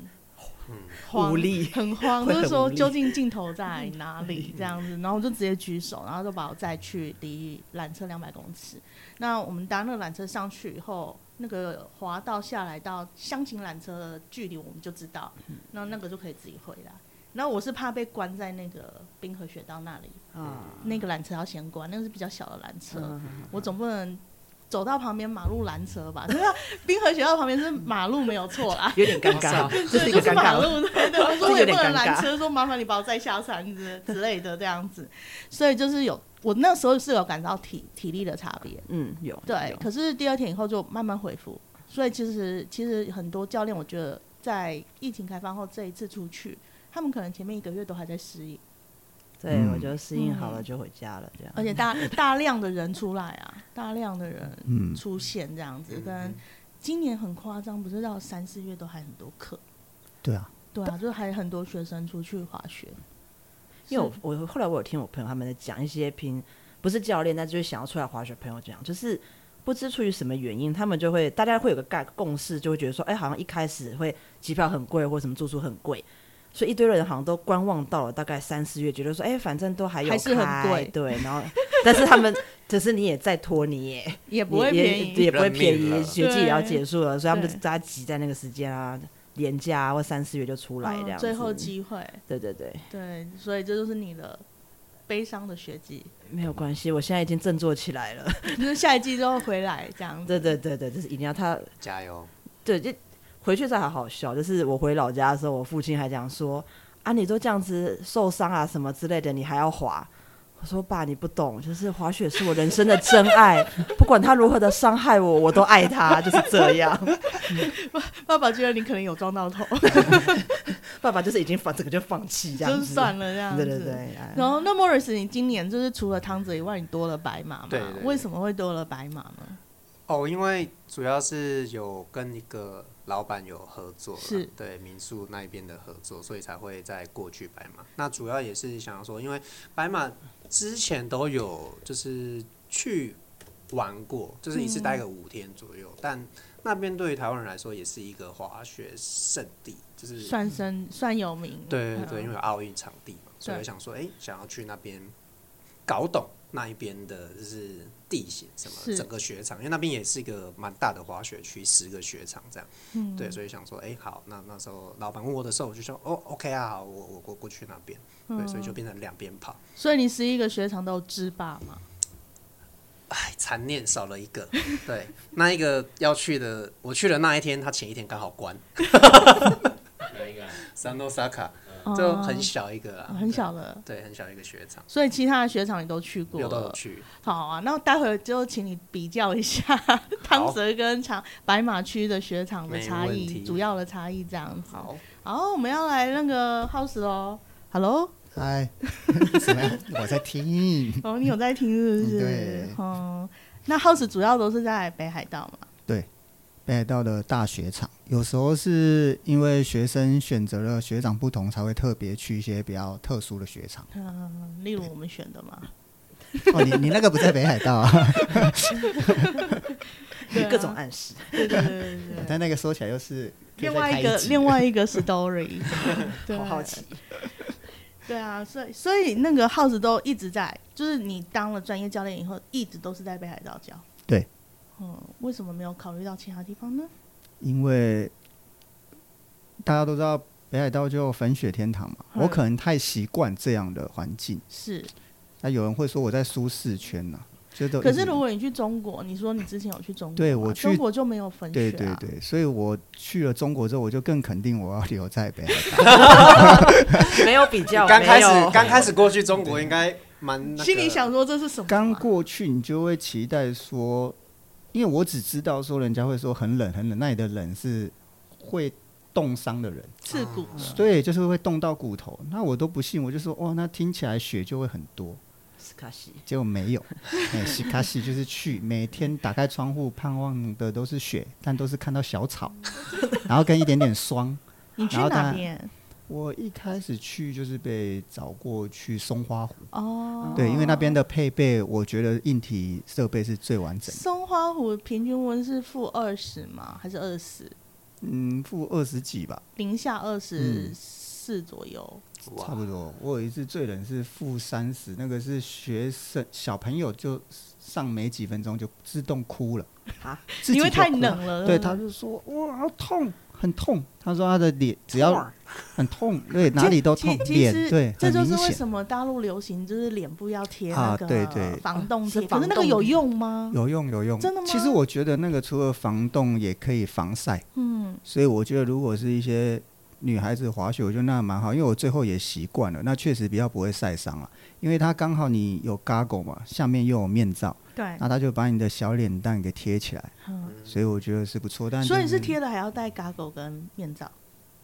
无力
很慌，
会
就
很
是
无
说
力嗯
究竟尽头在哪里这样子。然后我就直接举手，然后就把我载去离缆车两百公尺。那我们搭那个缆车上去以后，那个滑道下来到箱型缆车的距离，我们就知道，
嗯
那那个就可以自己回来。然后我是怕被关在那个冰河雪道那里，
啊，
那个缆车要先关，那个是比较小的缆车。
嗯，
我总不能走到旁边马路拦车吧？ 对啊，滨河学校旁边是马路没有错啦
有点尴尬，啊 这是
对，
一
就
个
是
尴
马
尬了。
路，对对。我说
这
我
有
也
点
不能
尴尬
拦车，说麻烦你把我载下山之之类的这样子。所以就是有我那时候是有感到体体力的差别，
嗯，有
对
有。
可是第二天以后就慢慢恢复，所以其实其实很多教练，我觉得在疫情开放后这一次出去。他们可能前面一个月都还在适应，
对，我觉得适应
嗯
好了就回家了，这样。
而且 大大量的人出来啊，大量的人
嗯，
出现这样子，
嗯
跟今年很夸张，不是到三四月都还很多课，
对啊，
对啊，就是还有很多学生出去滑雪，
因为我我后来我有听我朋友他们在讲一些平不是教练，但就是想要出来滑雪的朋友讲，就是不知出于什么原因，他们就会大家会有个概共识，就会觉得说，哎、好像一开始会机票很贵或什么住宿很贵。所以一堆人好像都观望到了大概三四月，觉得说，哎、反正都还有
还是很
开
贵
对。然后，但是他们， 只是你也再拖，你也
也
也
不会便
也
宜。
也不会便
认命
宜，
了
雪季也要结束了，所以他们就
对
大家挤在那个时间啊，廉价啊或三四月就出来这样
嗯
子。
最后机会，
对对对，
对，所以这就是你的悲伤的学季，
没有关系，我现在已经振作起来了。
就是下一季就会回来这样子。
对对对对，就是一定要他
加油！
对，就回去这还好笑，就是我回老家的时候，我父亲还讲说啊，你都这样子受伤啊什么之类的，你还要滑。我说爸，你不懂，就是滑雪是我人生的真爱，不管他如何的伤害我，我都爱他，就是这样。
爸爸觉得你可能有撞到头，
爸爸就是已经放整个就放弃这样
就
子，
是算了这样子。
对对对，哎
然后，那 Morris，你今年就是除了汤泽以外，你多了白马嘛？
对对对
为什么会多了白马呢？
哦，因为主要是有跟一个老板有合作啦，
是
对民宿那一边的合作，所以才会再过去白马。那主要也是想要说，因为白马之前都有就是去玩过，就是一次待个五天左右，但那边对于台湾人来说也是一个滑雪圣地，就是
算生算有名，
对对
嗯
对，因为有奥运场地嘛，所以
对
我想说，哎、想要去那边搞懂那一边的就是地形什么，
是
整个雪场，因为那边也是一个蛮大的滑雪区，十个雪场这样。
嗯
对，所以想说，哎、好，那那时候老板问我的时候，我就说，哦，OK 啊，好我我过过去那边，对，所以
嗯
就变成两边跑，
所以你十一个学长都有知霸嘛？
哎，残念少了一个，对，那一个要去的，我去的那一天，他前一天刚好关
哪一个啊？
山诺萨卡，
哦
就很小一个啦，
很小的，
啊对，对，很小一个雪场，
所以其他的学长你都去过
有都有
了。
去，
好啊，那待会儿就请你比较一下汤泽跟长白马区的雪场的差
没问题
异，主要的差异这样子。
好。
好，我们要来那个 house 哦。Hello，
嗨， 怎么样？我在 听，
哦，你有在听是不是？
嗯对
哦，那 house 主要都是在北海道嘛？
北海道的大雪场，有时候是因为学生选择了学长不同，才会特别去一些比较特殊的雪场。
嗯，例如我们选 的嘛，
哦，你你那个不在北海道啊？
对啊
各种暗示。
对对对对 对。
但那个说起来又是
另外一个另外一个 story，对，
好好奇。
对啊，所以所以那个耗子都一直在，就是你当了专业教练以后，一直都是在北海道教。
对。
嗯，为什么没有考虑到其他地方呢？
因为大家都知道北海道就粉雪天堂嘛，
嗯
我可能太习惯这样的环境。
是。
那有人会说我在舒适圈呐、这都
可是如果你去中国，你说你之前有去中国嘛，
呃对我去
中国就没有粉雪
对
啊。
对对，所以我去了中国之后，我就更肯定我要留在北海 道。
没有比较，
刚开
哦没有
始刚开始过去中国应该蛮那个
心里想说这是什么啊？
刚过去，你就会期待说，因为我只知道说人家会说很冷很冷，那里的冷是会冻伤的人，
刺骨，
啊
对，就是会冻到骨头。那我都不信，我就说哦哇，那听起来雪就会很多。
斯卡西，
结果没有，哎，西卡西就是去，每天打开窗户盼望的都是雪，但都是看到 小草，然后跟一点点霜。
你去
然后
哪
他
边？
我一开始去就是被找过去松花湖，
哦，
对，因为那边的配备，我觉得硬体设备是最完整的。
松花湖平均温是负二十吗？还是二十？
嗯，负二十几吧，
零下二十
嗯
四左右。
哇
差不多。我有一次最冷是负三十，那个是学生小朋友就上没几分钟就自动哭了
啊，
自己
因为
就
太
哭
冷了
对，
嗯
他就说哇好痛，很痛。他说他的脸只
痛
要
儿
很痛，对，哪里都痛
啊 其，其
脸
实
对，
这
很
就
明
是为
显。
什么大陆流行就是脸部要贴那
啊
个
对对
防冻贴，
是
可
防
是
冻
那个有用吗？
有用有用，
真的吗
其实我觉得那个除了防冻，也可以防晒。
嗯，
所以我觉得，如果是一些女孩子滑雪，我觉得那蛮好，因为我最后也习惯了，那确实比较不会晒伤了。因为它刚好你有 goggle 嘛，下面又有面罩，
对，
那它就把你的小脸蛋给贴起来，
嗯
所以我觉得是不错。但
所以是贴的还要戴嘎狗跟面罩，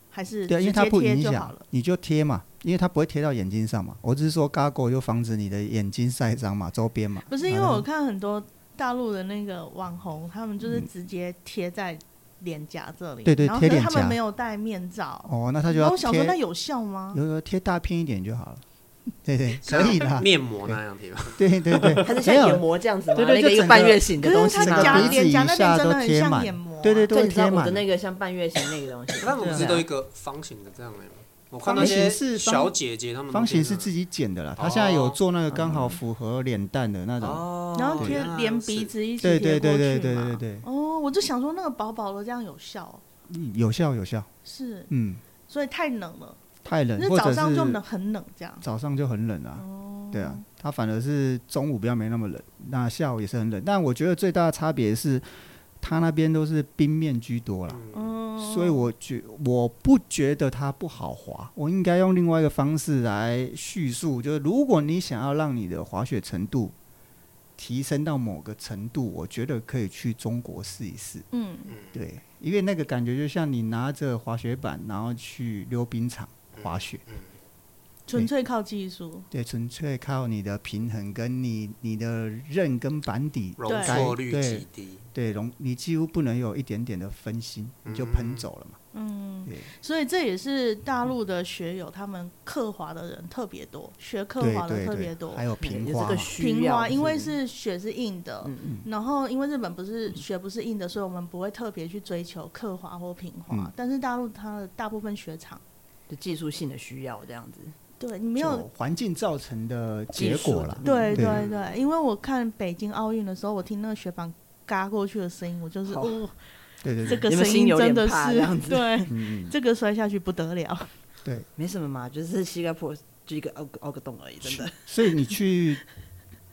还是
对啊，
直
因
接
为它不
贴
影
就好
响
了？，
你就贴嘛，因为它不会贴到眼睛上嘛。我只是说 goggle 就防止你的眼睛晒伤嘛，周边嘛。
不是因为
然后
我看很多大陆的那个网红，他们就是直接贴在脸颊这里，
嗯对对
然后
贴
可是
脸
他们
颊
没有戴面罩。
哦，那它就
然
要
后我想说，那
贴，
有效吗？
有有贴大片一点就好了。对对，
像
可以啦。
面膜那样地 方，
对对对，
它是
没
像
有
研磨这样子吗？
对对
那个
就
一
整个
个半月形的
可是
东西
它
整个
夹
吗
鼻？子
脸颊那
以下
边真的
都
很
贴
像
满
眼膜啊，
对对
对，
对，
你知道
贴
我的
满。
那个像半月形那个东西，
他们不是
对啊
都一个方形的这样的吗？我看那
方形
些
是方
小姐姐她们都
方形
贴
是
那
自
样
己剪的啦，
哦
他现在有做那个刚好符合脸蛋的那种。
哦，
啊然后贴
原来
连
如此
鼻子一起
对
贴
对
过
对
去
对对
嘛
对对，
哦，我就想说那个薄薄的这样有效，
嗯有效有效，
是，
嗯，
所以太冷了，
太冷
那
嗯或
早
者
上就冷
是
很冷这样。
早上就很冷啊，
哦，
对啊，，它反而是中午比较没那么冷，那下午也是很冷，但我觉得最大的差别是，它那边都是冰面居多啦，
嗯
嗯，
所以我觉我不觉得它不好滑，我应该用另外一个方式来叙述，就是如果你想要让你的滑雪程度提升到某个程度，我觉得可以去中国试一试。
嗯，
对，因为那个感觉就像你拿着滑雪板，然后去溜冰场滑雪，
纯粹靠技术，
对，纯粹靠你的平衡跟你你的刃跟板底
容
对
错率
对
极低，
对容，你几乎不能有一点点的分心，你就喷走了嘛。
嗯
对，
所以这也是大陆的学友他们刻滑的人特别多，学刻
对
滑的
对
特
对，
别多
还。有
对
平
有
滑
这个
嘛
需
平
要
滑，因为
是
是雪是硬的，
嗯
然后因为日本不是雪不是硬的，所以我们不会特别去追求刻滑或平滑。
嗯
但是大陆它的大部分雪场，
就技术性的需要这样子。
对你没有
就环境造成的结果啦
技术。
对
嗯对
对对，因为我看北京奥运的时候，我听那个雪板嘎过去的声音，我就是
好
哦，
对对
这
对，
个
你们
声
心
音
有
真
点
的
怕这样
是
子
对，
嗯，嗯
这个摔下去不得了。
对。
没什么嘛，就是膝盖破就一个凹个凹个洞而已，真的。
所以你去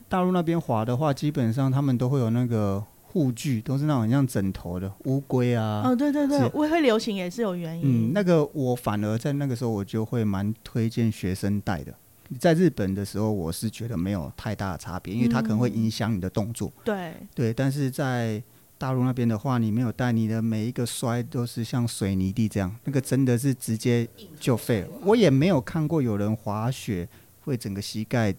大陆那边滑的话，基本上他们都会有那个护具，都是那种很像枕头的乌龟啊。
哦，对对对
是，
我会流行也是有原因。
嗯，那个我反而在那个时候我就会蛮推荐学生带的。在日本的时候，我是觉得没有太大的差别，因为它可能会影响你的动作。
对
对，但是在大陆那边的话，你没有带，你的每一个摔都是像水泥地这样，那个真的是直接就废了。我也没有看过有人滑雪会整个膝盖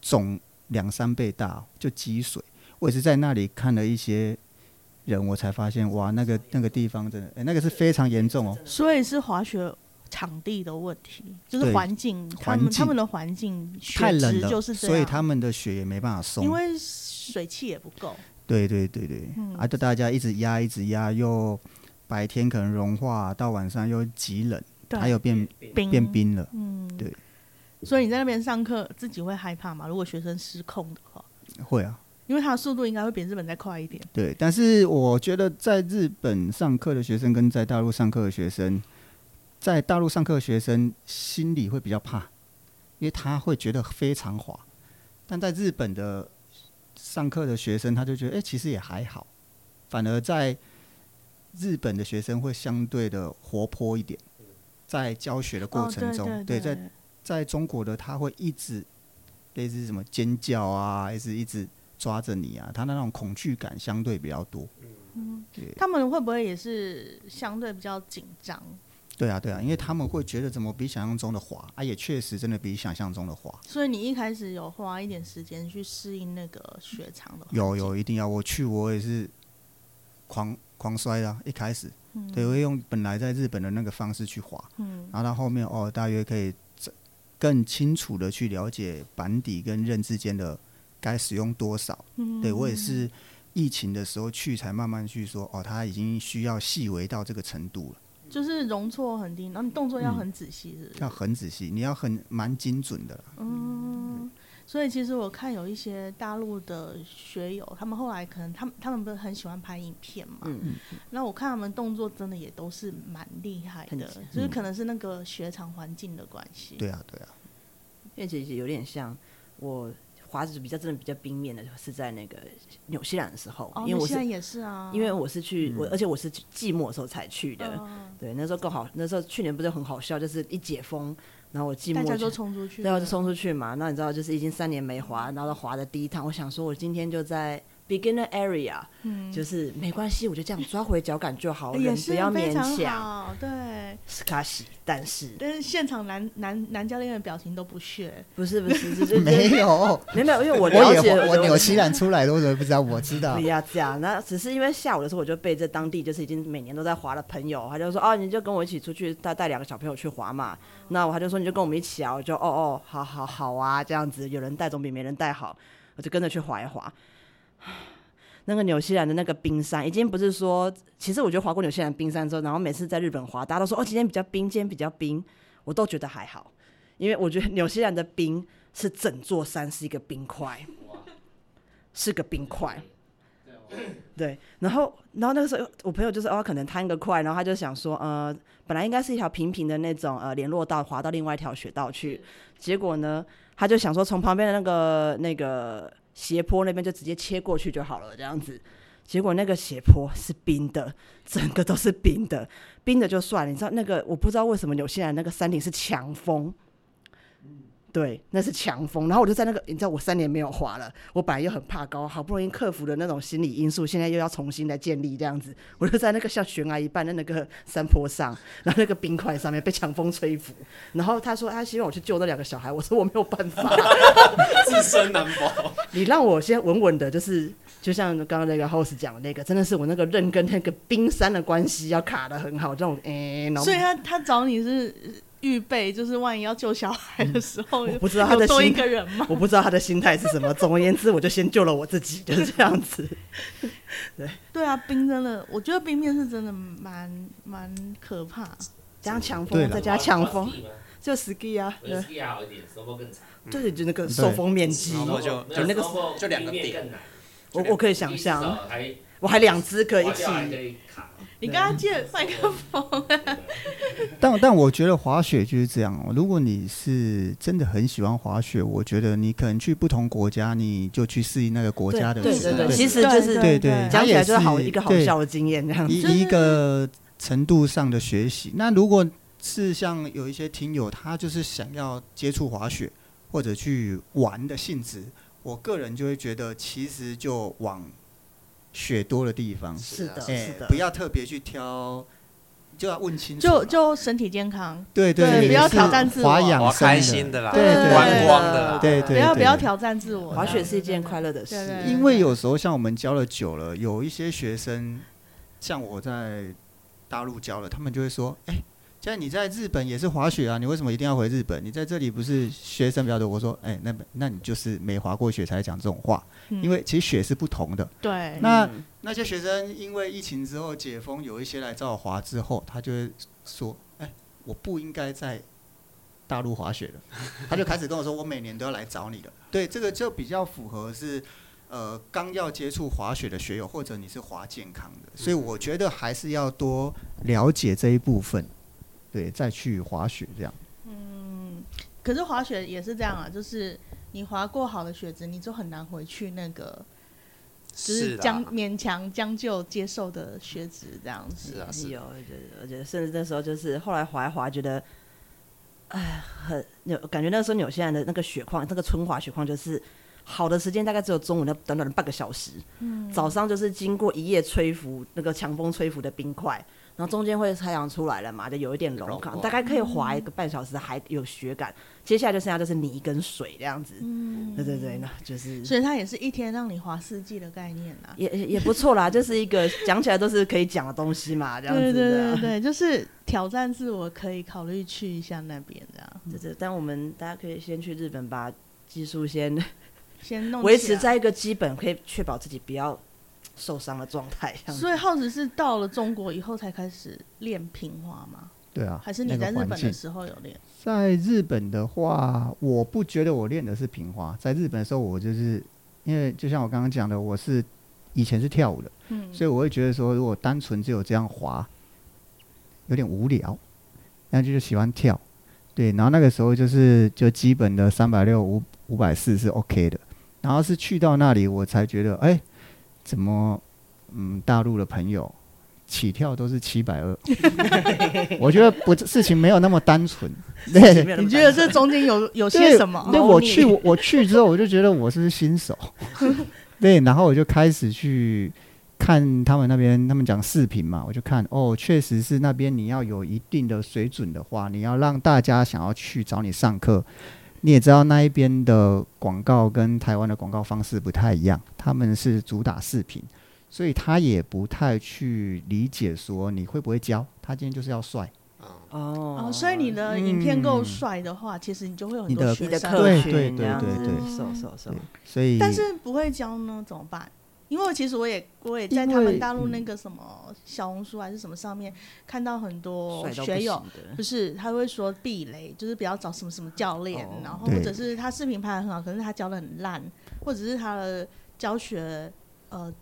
肿两三倍大就积水。我也是在那里看了一些人，我才发现哇，那个那个地方真的，哎那个是非常严重哦。
所以是滑雪场地的问题，就是
对
环境，他
环
们他
境
们的环境
太
雪
冷
质
了，
就是这
所以
样，
他们的雪也没办法松
因。为水汽也不够。
对对对对，
嗯
啊，就大家一直压，一直压，又白天可能融化，到晚上又极冷，
对，
它又变
冰
变。冰了。
嗯，
对。
所以你在那边上课，自己会害怕吗？如果学生失控的话，
会啊，
因为它的速度应该会比日本再快一点。
对，但是我觉得在日本上课的学生跟在大陆上课的学生，在大陆上课的学生心里会比较怕，因为他会觉得非常滑，但在日本的上课的学生他就觉得，哎、其实也还好，反而在日本的学生会相对的活泼一点，在教学的过程中，
哦、对
对，在在中国的他会一直类似什么尖叫啊，一直一直抓着你啊，他那种恐惧感相对比较多。
他们会不会也是相对比较紧张？
对啊，对啊，因为他们会觉得怎么比想象中的滑啊，也确实真的比想象中的滑。
所以你一开始有花一点时间去适应那个雪场的环境
有，有一定要，我去我也是狂狂摔啦，一开始，对，我会用本来在日本的那个方式去滑，
嗯，
然后到后面哦，大约可以这更清楚的去了解板底跟刃之间的该使用多少。
嗯
对我也是疫情的时候去，才慢慢去说哦，它已经需要细微到这个程度了，
就是容错很低，然后你动作要很仔细，是不是？
嗯要很仔细，你要很蛮精准的啦。
嗯，所以其实我看有一些大陆的学友，他们后来可能他们他们不是很喜欢拍影片嘛，
嗯，
那我看他们动作真的也都是蛮厉害的
很，
就是可能是那个雪场环境的关系。
对啊，对啊，
因为其实有点像我滑子比较真的比较冰面的是在那个纽西兰的时候，
哦，
因为我
现在
是
也是啊，
因为我是去我而且我是寂寞的时候才去的，
嗯
对，那时候更好，那时候去年不是很好笑，就是一解封，然后我寂
大
寞
家
就
都冲出去了，
对啊，就冲出去嘛。那你知道，就是已经三年没滑，然后滑的第一趟，我想说，我今天就在 beginner area，、
嗯，哎
就是没关系，我就这样抓回脚感就好，哦人
也
不
是
要
非
勉
常
强。
好，对。
是卡西，但是
但是现场男男男教练的表情都不屑，
不是不 是，就是
没有，
没有没有，因为我
我
了
也
解
滑我
的
纽西兰出来的，我怎么不知道？我知道
不，要这样。那只是因为下午的时候，我就被这当地就是已经每年都在滑的朋友，他就说哦，你就跟我一起出去，他带两个小朋友去滑嘛。那我他就说你就跟我们一起啊，我就哦哦，好好好啊，这样子有人带总比没人带好，我就跟着去滑一滑。那个纽西兰的那个冰山，已经不是说，其实我觉得滑过纽西兰冰山之后，然后每次在日本滑，大家都说哦，今天比较冰，今天比较冰，我都觉得还好，因为我觉得纽西兰的冰是整座山是一个冰块，是个冰块，对，然后，然后那个时候我朋友就是哦，可能贪个快，然后他就想说，呃，本来应该是一条平平的那种呃联络道，滑到另外一条雪道去，结果呢，他就想说从旁边的那个那个斜坡那边就直接切过去就好了，这样子。结果那个斜坡是冰的，整个都是冰的，冰的就算了。你知道那个我不知道为什么纽西兰那个山顶是强风，对，那是强风。然后我就在那个，你知道我三年没有滑了，我本来又很怕高，好不容易克服了那种心理因素，现在又要重新来建立这样子。我就在那个像悬崖一般的那个山坡上，然后那个冰块上面被强风吹拂。然后他说他啊希望我去救那两个小孩，我说我没有办法，
自身难 保。
你让我先稳稳的，就是就像刚刚那个 host 讲的那个，真的是我那个刃跟那个冰山的关系要卡的很好，这种哎、然后
所以他他找你是预备，就是万一要救小孩的时候，
我不知道他的
有多一
心
个人 吗？
我不知道他的心态是什么。总而言之，我就先救了我自己，就是这样子。
对啊，冰真的，我觉得冰面是真的蛮蛮可怕。
加强
对
风，
啦
再加强
啊
风，
滑滑
就 ski 啊，
ski
对
吗，ski 还好一点，收获更长。
就是就那个受风面积，
然后就
没
就
有
那个
收获
就两个
冰面
点，
更难
我我可以想象，，
还
我还两只可以一
滑
起
掉还可以卡。
你跟他借麦克风，
但但我觉得滑雪就是这样哦。如果你是真的很喜欢滑雪，我觉得你可能去不同国家，你就去适应那个国家的
啊
对
雪
对对
对
其实就是
对对它
讲起来
也
就是好
是
一个好
对
笑的经验这样子。
以
就是
以一个程度上的学习。那如果是像有一些听友，他就是想要接触滑雪或者去玩的性质，我个人就会觉得，其实就往雪多的地方，
是的，
哎
是的，
不要特别去挑，就要问清楚嘛，
就就身体健康，
对
对
对，
不要
是
挑战自我
滑养
我
生
开心的啦，
对对
观光的啦，
对对
不要不
对
要挑战自我。
滑雪是一件快乐的
对对
事。嗯
对
因为有时候像我们教了久了，有一些学生，像我在大陆教了，他们就会说：“哎、既然你在日本也是滑雪啊，你为什么一定要回日本？你在这里不是学生比较多？”我说：“哎、那那你就是没滑过雪才讲这种话，
嗯
因为其实雪是不同的。
对，
那
嗯
那些学生因为疫情之后解封，有一些来找我滑之后，他就会说：‘哎、我不应该在大 陆滑雪了。’他就开始跟我说：‘我每年都要来找你了。’对，这个就比较符合是呃刚要接触滑雪的学友，或者你是滑健康
嗯
的，所以我觉得还是要多了解这一部分，对，再去滑雪这样。
可是滑雪也是这样啊，就是你滑过好的雪子，你就很难回去那个，就是是
啦
将勉强将就接受的雪子这样子。
是啊是啊
哎有，我觉得，我觉得，甚至那时候就是后来滑一滑，觉得，哎，很纽，感觉那时候纽西兰的那个雪况，那个春滑雪况就是。好的时间大概只有中午那短短的半个小时，嗯、早上就是经过一夜吹拂，那个强风吹拂的冰块，然后中间会太阳出来了嘛，就有一点
融
融
化
港，大概
嗯
可以滑一个半小时，还有雪感。接下来就剩下就是泥跟水这样子，嗯、对对对，那就是
所以它也是一天让你滑四季的概念啊。
也也也不错啦，就是一个讲起来都是可以讲的东西嘛，这样
对
子的。啊
对对对，就是挑战自我，可以考虑去一下那边这样，
对对，但我们大家可以先去日本把技术先
先弄
维
起
持
来。
在一个基本，可以确保自己不要受伤的状态。这样子
所以耗子是到了中国以后才开始练平滑吗？
对啊，
还是你
那个
在日本
环境
的时候有练？
在日本的话，我不觉得我练的是平滑。在日本的时候，我就是因为就像我刚刚讲的，我是以前是跳舞的，
嗯，
所以我会觉得说，如果单纯只有这样滑，有点无聊，那就是喜欢跳。对，然后那个时候就是就基本的三百六五五百四是 OK 的，然后是去到那里我才觉得，哎、怎么嗯大陆的朋友起跳都是七百二， 我觉得不事情没有那么单纯，对，
没有那么
你觉得
单
这中间有有
对
些什么？
对，
猫
我
腻
去我我去之后，我就觉得我是新 手，对，然后我就开始去看他们那边，他们讲视频嘛，我就看哦，确实是那边你要有一定的水准的话，你要让大家想要去找你上课。你也知道那一边的广告跟台湾的广告方式不太一样，他们是主打视频，所以他也不太去理解说你会不会教，他今天就是要帅，
哦
哦，所以你的影片够
嗯
帅的话，其实你就会有很
你
多
的
学
你的
生
客
对
群
对对
这样
对
子
对
瘦瘦瘦
对，所以
但是不会教呢，怎么办？因为其实我也我也在
因
他
为
们大
嗯
陆那个什么小红书还是什么上面看到很多
帅到不
哦学
行
友，
的。
不是他会说避雷，就是不要找什么什么教练，
哦
然后
对
或者是他视频拍的很好，可是他教的很烂，或者是他的教学呃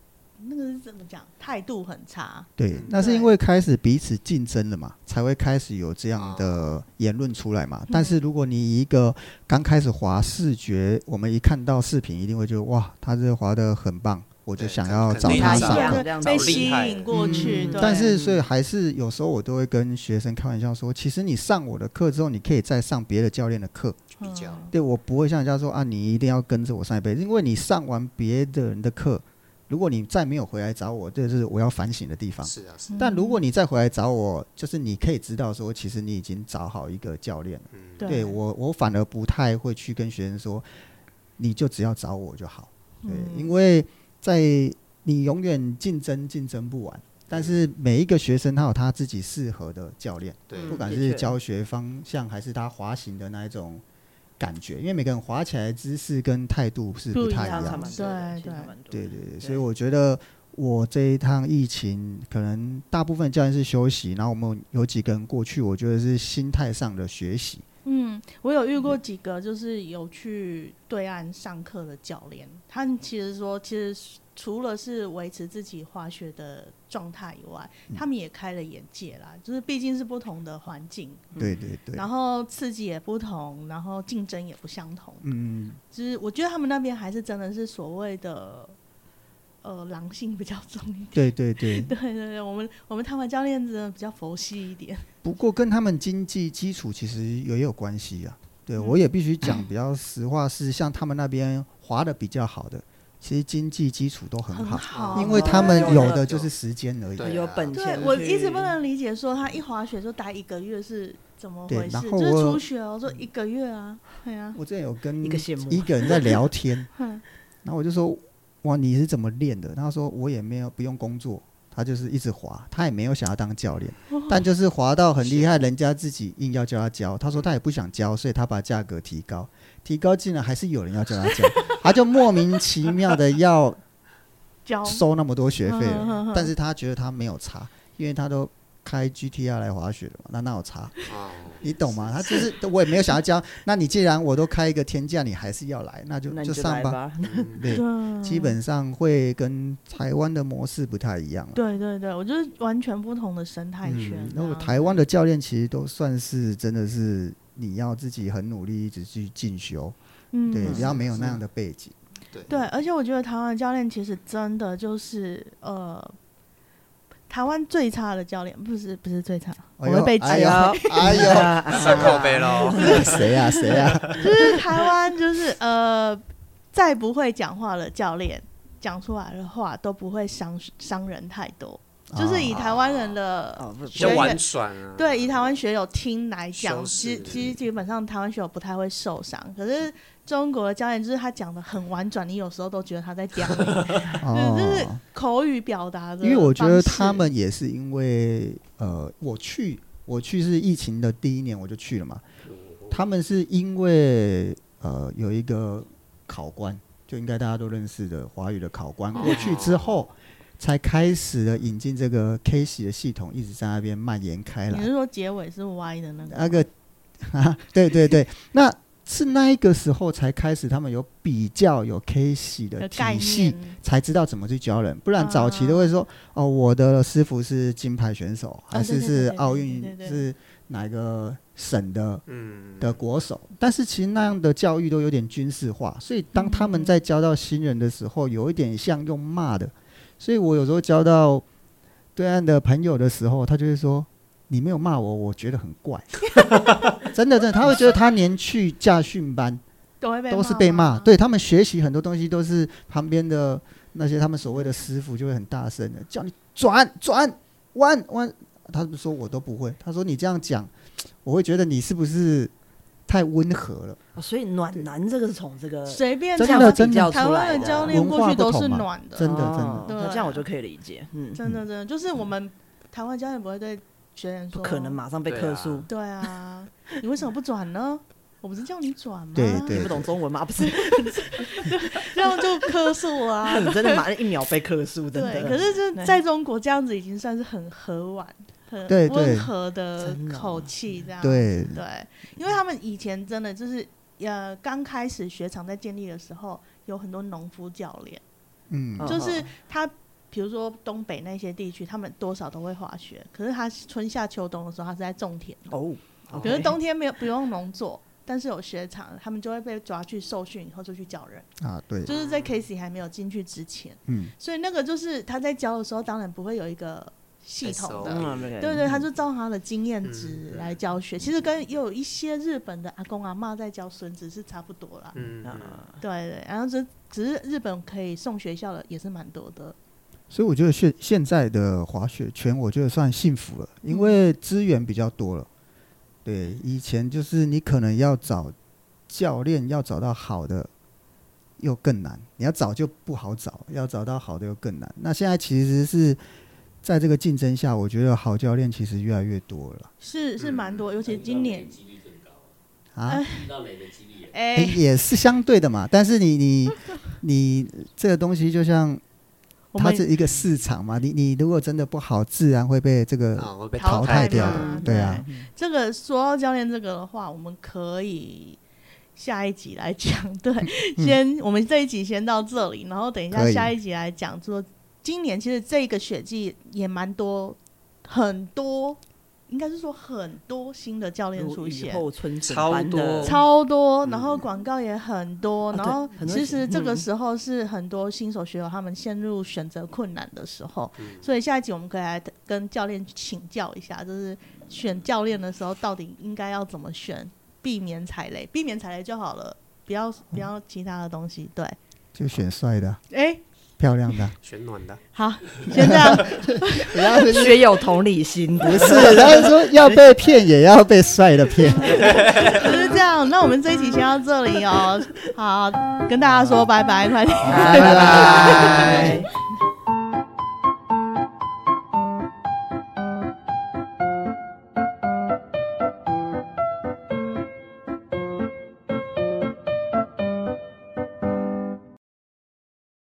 那个是怎么讲态度很差，
对，那是因为开始彼此竞争了嘛，才会开始有这样
啊
的言论出来
嗯
嘛。但是如果你以一个刚开始滑视觉，我们一看到视频，一定会觉得哇，他这滑的很棒，我就
对
想
可
要
可
找
能
他
是
上
这
课
样。
对
这样
对
子
被
找厉
吸
害
引过去，
嗯
对
但是，所以还是有时候我都会跟学生开玩笑说，其实你上我的课之后，你可以再上别的教练的课。
嗯
比较
对我不会像人家说啊，你一定要跟着我上一辈子，因为你上完别的人的课，如果你再没有回来找我，这是我要反省的地方。
是啊是啊，
但如果你再回来找我，就是你可以知道说，其实你已经找好一个教练了。
嗯，
对
对我，我反而不太会去跟学生说，你就只要找我就好。
嗯
对，因为在你永远竞争竞争不完，但是每一个学生他有他自己适合的教练，
对，
嗯
不管
的
是
确
教学方向还是他滑行的那一种感觉，因为每个人滑起来的姿势跟态度是
不
不
一
太一
样
样
的
差
对
的。
蛮多的，其实差
对
蛮多的
对对对，所以我觉得我这一趟疫情，可能大部分教练是休息，然后我们有几个人过去，我觉得是心态上的学习。
嗯，我有遇过几个就是有去对岸上课的教练，他们其实说，其实除了是维持自己滑雪的状态以外，
嗯
他们也开了眼界啦，就是毕竟是不同的环境，
对对对，
然后刺激也不同，然后竞争也不相同，
嗯，
就是我觉得他们那边还是真的是所谓的。呃，狼性比较重 一点。
对对 对。
对对对，我们我们台湾教练真的比较佛系一点。
不过跟他们经济基础其实也有关系啊。对，我也必须讲比较实话，是像他们那边滑的比较好的，其实经济基础都很
很
好，
好
因为他们
哦
有的就是时间而已。
对
有本
对
钱，
我一直不。能理解，说他一滑雪就待一个月是怎么
对
回事？
然后
就是
我
初雪哦，说一个月啊，对啊，
我之前有跟
一个羡慕
一个人在聊天，
嗯
然后我就说：“哇，你是怎么练的？”他说：“我也没有不用工作，他就是一直滑，他也没有想要当教练，但就是滑到很厉害，人家自己硬要叫他教。他说他也不想教，所以他把价格提高，提高竟然还是有人要叫他教， 他就莫名其妙的要
教
收那么多学费
嗯嗯嗯嗯，
了但是他觉得他没有差，因为他都开 GTR 来滑雪的嘛，那那有差，
哦
你懂吗？他就是我也没有想要教，那你既然我都开一个天价，你还是要来，那就
那你
上
来
吧。
吧。
嗯
对，基本上会跟台湾的模式不太一样了。
对对对，我就是完全不同的生态圈、啊
嗯，那我台湾的教练其实都算是真的是你要自己很努力，一直去进修，
嗯
对，比较没有
是
那样的背景。
对，而且我觉得台湾的教练其实真的就是呃，台湾最差的教练不是不是最差，我
哎呦
会被
哎
指
呦
啊，
哎呦，
上靠背喽。
谁呀谁啊呀？
就是台湾就是呃，再不会讲话的教练讲出来的话都不会伤伤人太多， 就是以台湾人的
哦，不
比较婉转啊。
对，以台湾学友听来讲，
修
其
饰
其实基本上台湾学友不太会受伤。可是中国的教练就是他讲的很婉转，你有时候都觉得他在 讲你，对，就是
哦，
口语表达的。
因为我觉得他，们也是因为呃，我去我去是疫情的第一年我就去了嘛，他们是因为呃有一个考官，就应该大家都认识的华语的考官
哦
过去之后。才开始了引进这个 K 系的系统，一直在那边蔓延开来
你。是说结尾是歪的那个？
那个，啊，对对对，那是那一个时候才开始，他们有比较有 K 系的
的概
体系，
念，
才知道怎么去教人，不然早期都会说、哦，我的师傅是金牌选手，还是
啊哦对对对
是
对
奥
对
运
对对对
是哪个省的
嗯，
的国手。但是其实那样的教育都有点军事化，所以当他们在教到新人的时候，有一点像用骂的。所以我有时候教到对岸的朋友的时候，他就会说。你没有骂我，我觉得很怪， 真的真的，他会觉得他连去驾训班，
都会被
都是被骂，
吗，
对他们学习很多东西都是旁边的那些他们所谓的师傅就会很大声的叫你转转弯弯，他们说我都不会，他说你这样讲，我会觉得你是不是太温和了？
哦所以暖男这个是从这个
随便
真
讲
的
吧
真
比较
的
台
出来
湾
的
的教练
文
过
化
去
不
都
同
是
嘛
暖的，
真的
哦
真的
那这样我就可以理解，嗯，
真的真的，就是我们台湾教练不会对学员
不
说
可能马上被
对
克
啊
诉。
对 啊，你为什么不转呢？我不是叫你转吗？
对
你
对
不懂中文吗？ 不是，
这样就苛诉啊。
你真的马上一秒被克诉，真
对，
的。
可是这
对
在中国这样子已经算是很和婉、很
对对
温和的
真的哦
口气这样。
对，
啊对因为他们以前真的就是呃刚开始雪场在建立的时候，有很多农夫教练，
嗯，
嗯
就是他比如说东北那些地区，他们多少都会滑雪，可是他春夏秋冬的时候，他是在种田的。
哦，
哦
比如冬天没有不用农作，但是有雪场，他们就会被抓去受训，以后就去教人。
啊，对，
就是在 Casey 还没有进去之前，
嗯，
所以那个就是他在教的时候，当然不会有一个系统的。
SOP
嗯，对
对对，他就照他的经验值
嗯
来教学，其实跟也有一些日本的阿公阿妈在教孙子是差不多啦。
嗯，嗯
啊，
对对，然后只只是日本可以送学校的也是蛮多的。
所以我觉得现现在的滑雪圈，我觉得算幸福了，因为
嗯
资源比较多了。对，以前就是你可能要找教练，要找到好的又更难，你要找就不好找，要找到好的又更难。那现在其实是在这个竞争下，我觉得好教练其实越来越多了
是是蛮多，尤其
那
今
遇到
年
雷的，几率更高，
啊。
遇到雷的几率也高
哎、
诶也是相对的嘛，但是 你你你这个东西就像
我
它
们
是一个市场嘛，你你如果真的不好，自然会被这个
啊，我被
淘
淘
汰
汰掉
嘛
的，对啊，
这个说到教练这个的话，我们可以下一集来讲。对，先我们这一集先到这里，然后等一下
嗯可以
下一集来讲说，今年其实这个雪季也蛮多，很多，应该是说很多新的教练
如
出
雨
现。
后春笋
超
般的
多
超多，
嗯
然后广告也很多，
啊
然后
对很多
其实这个
嗯
时候是很多新手学友他们陷入选择困难的时候，
嗯
所以下一集我们可以来跟教练请教一下，就是选教练的时候到底应该要怎么选，避免踩雷，避免踩雷就好了，不
嗯
要不要其他的东西。对，
就选帅的啊、
哎、
漂亮的啊，
选暖的，
好，先这样，
然后不
学有同理心，
是，然后说要被骗也要被帅的骗，
就是这样。那我们这一集先到这里哦，好，跟大家说拜拜，快点。
拜拜。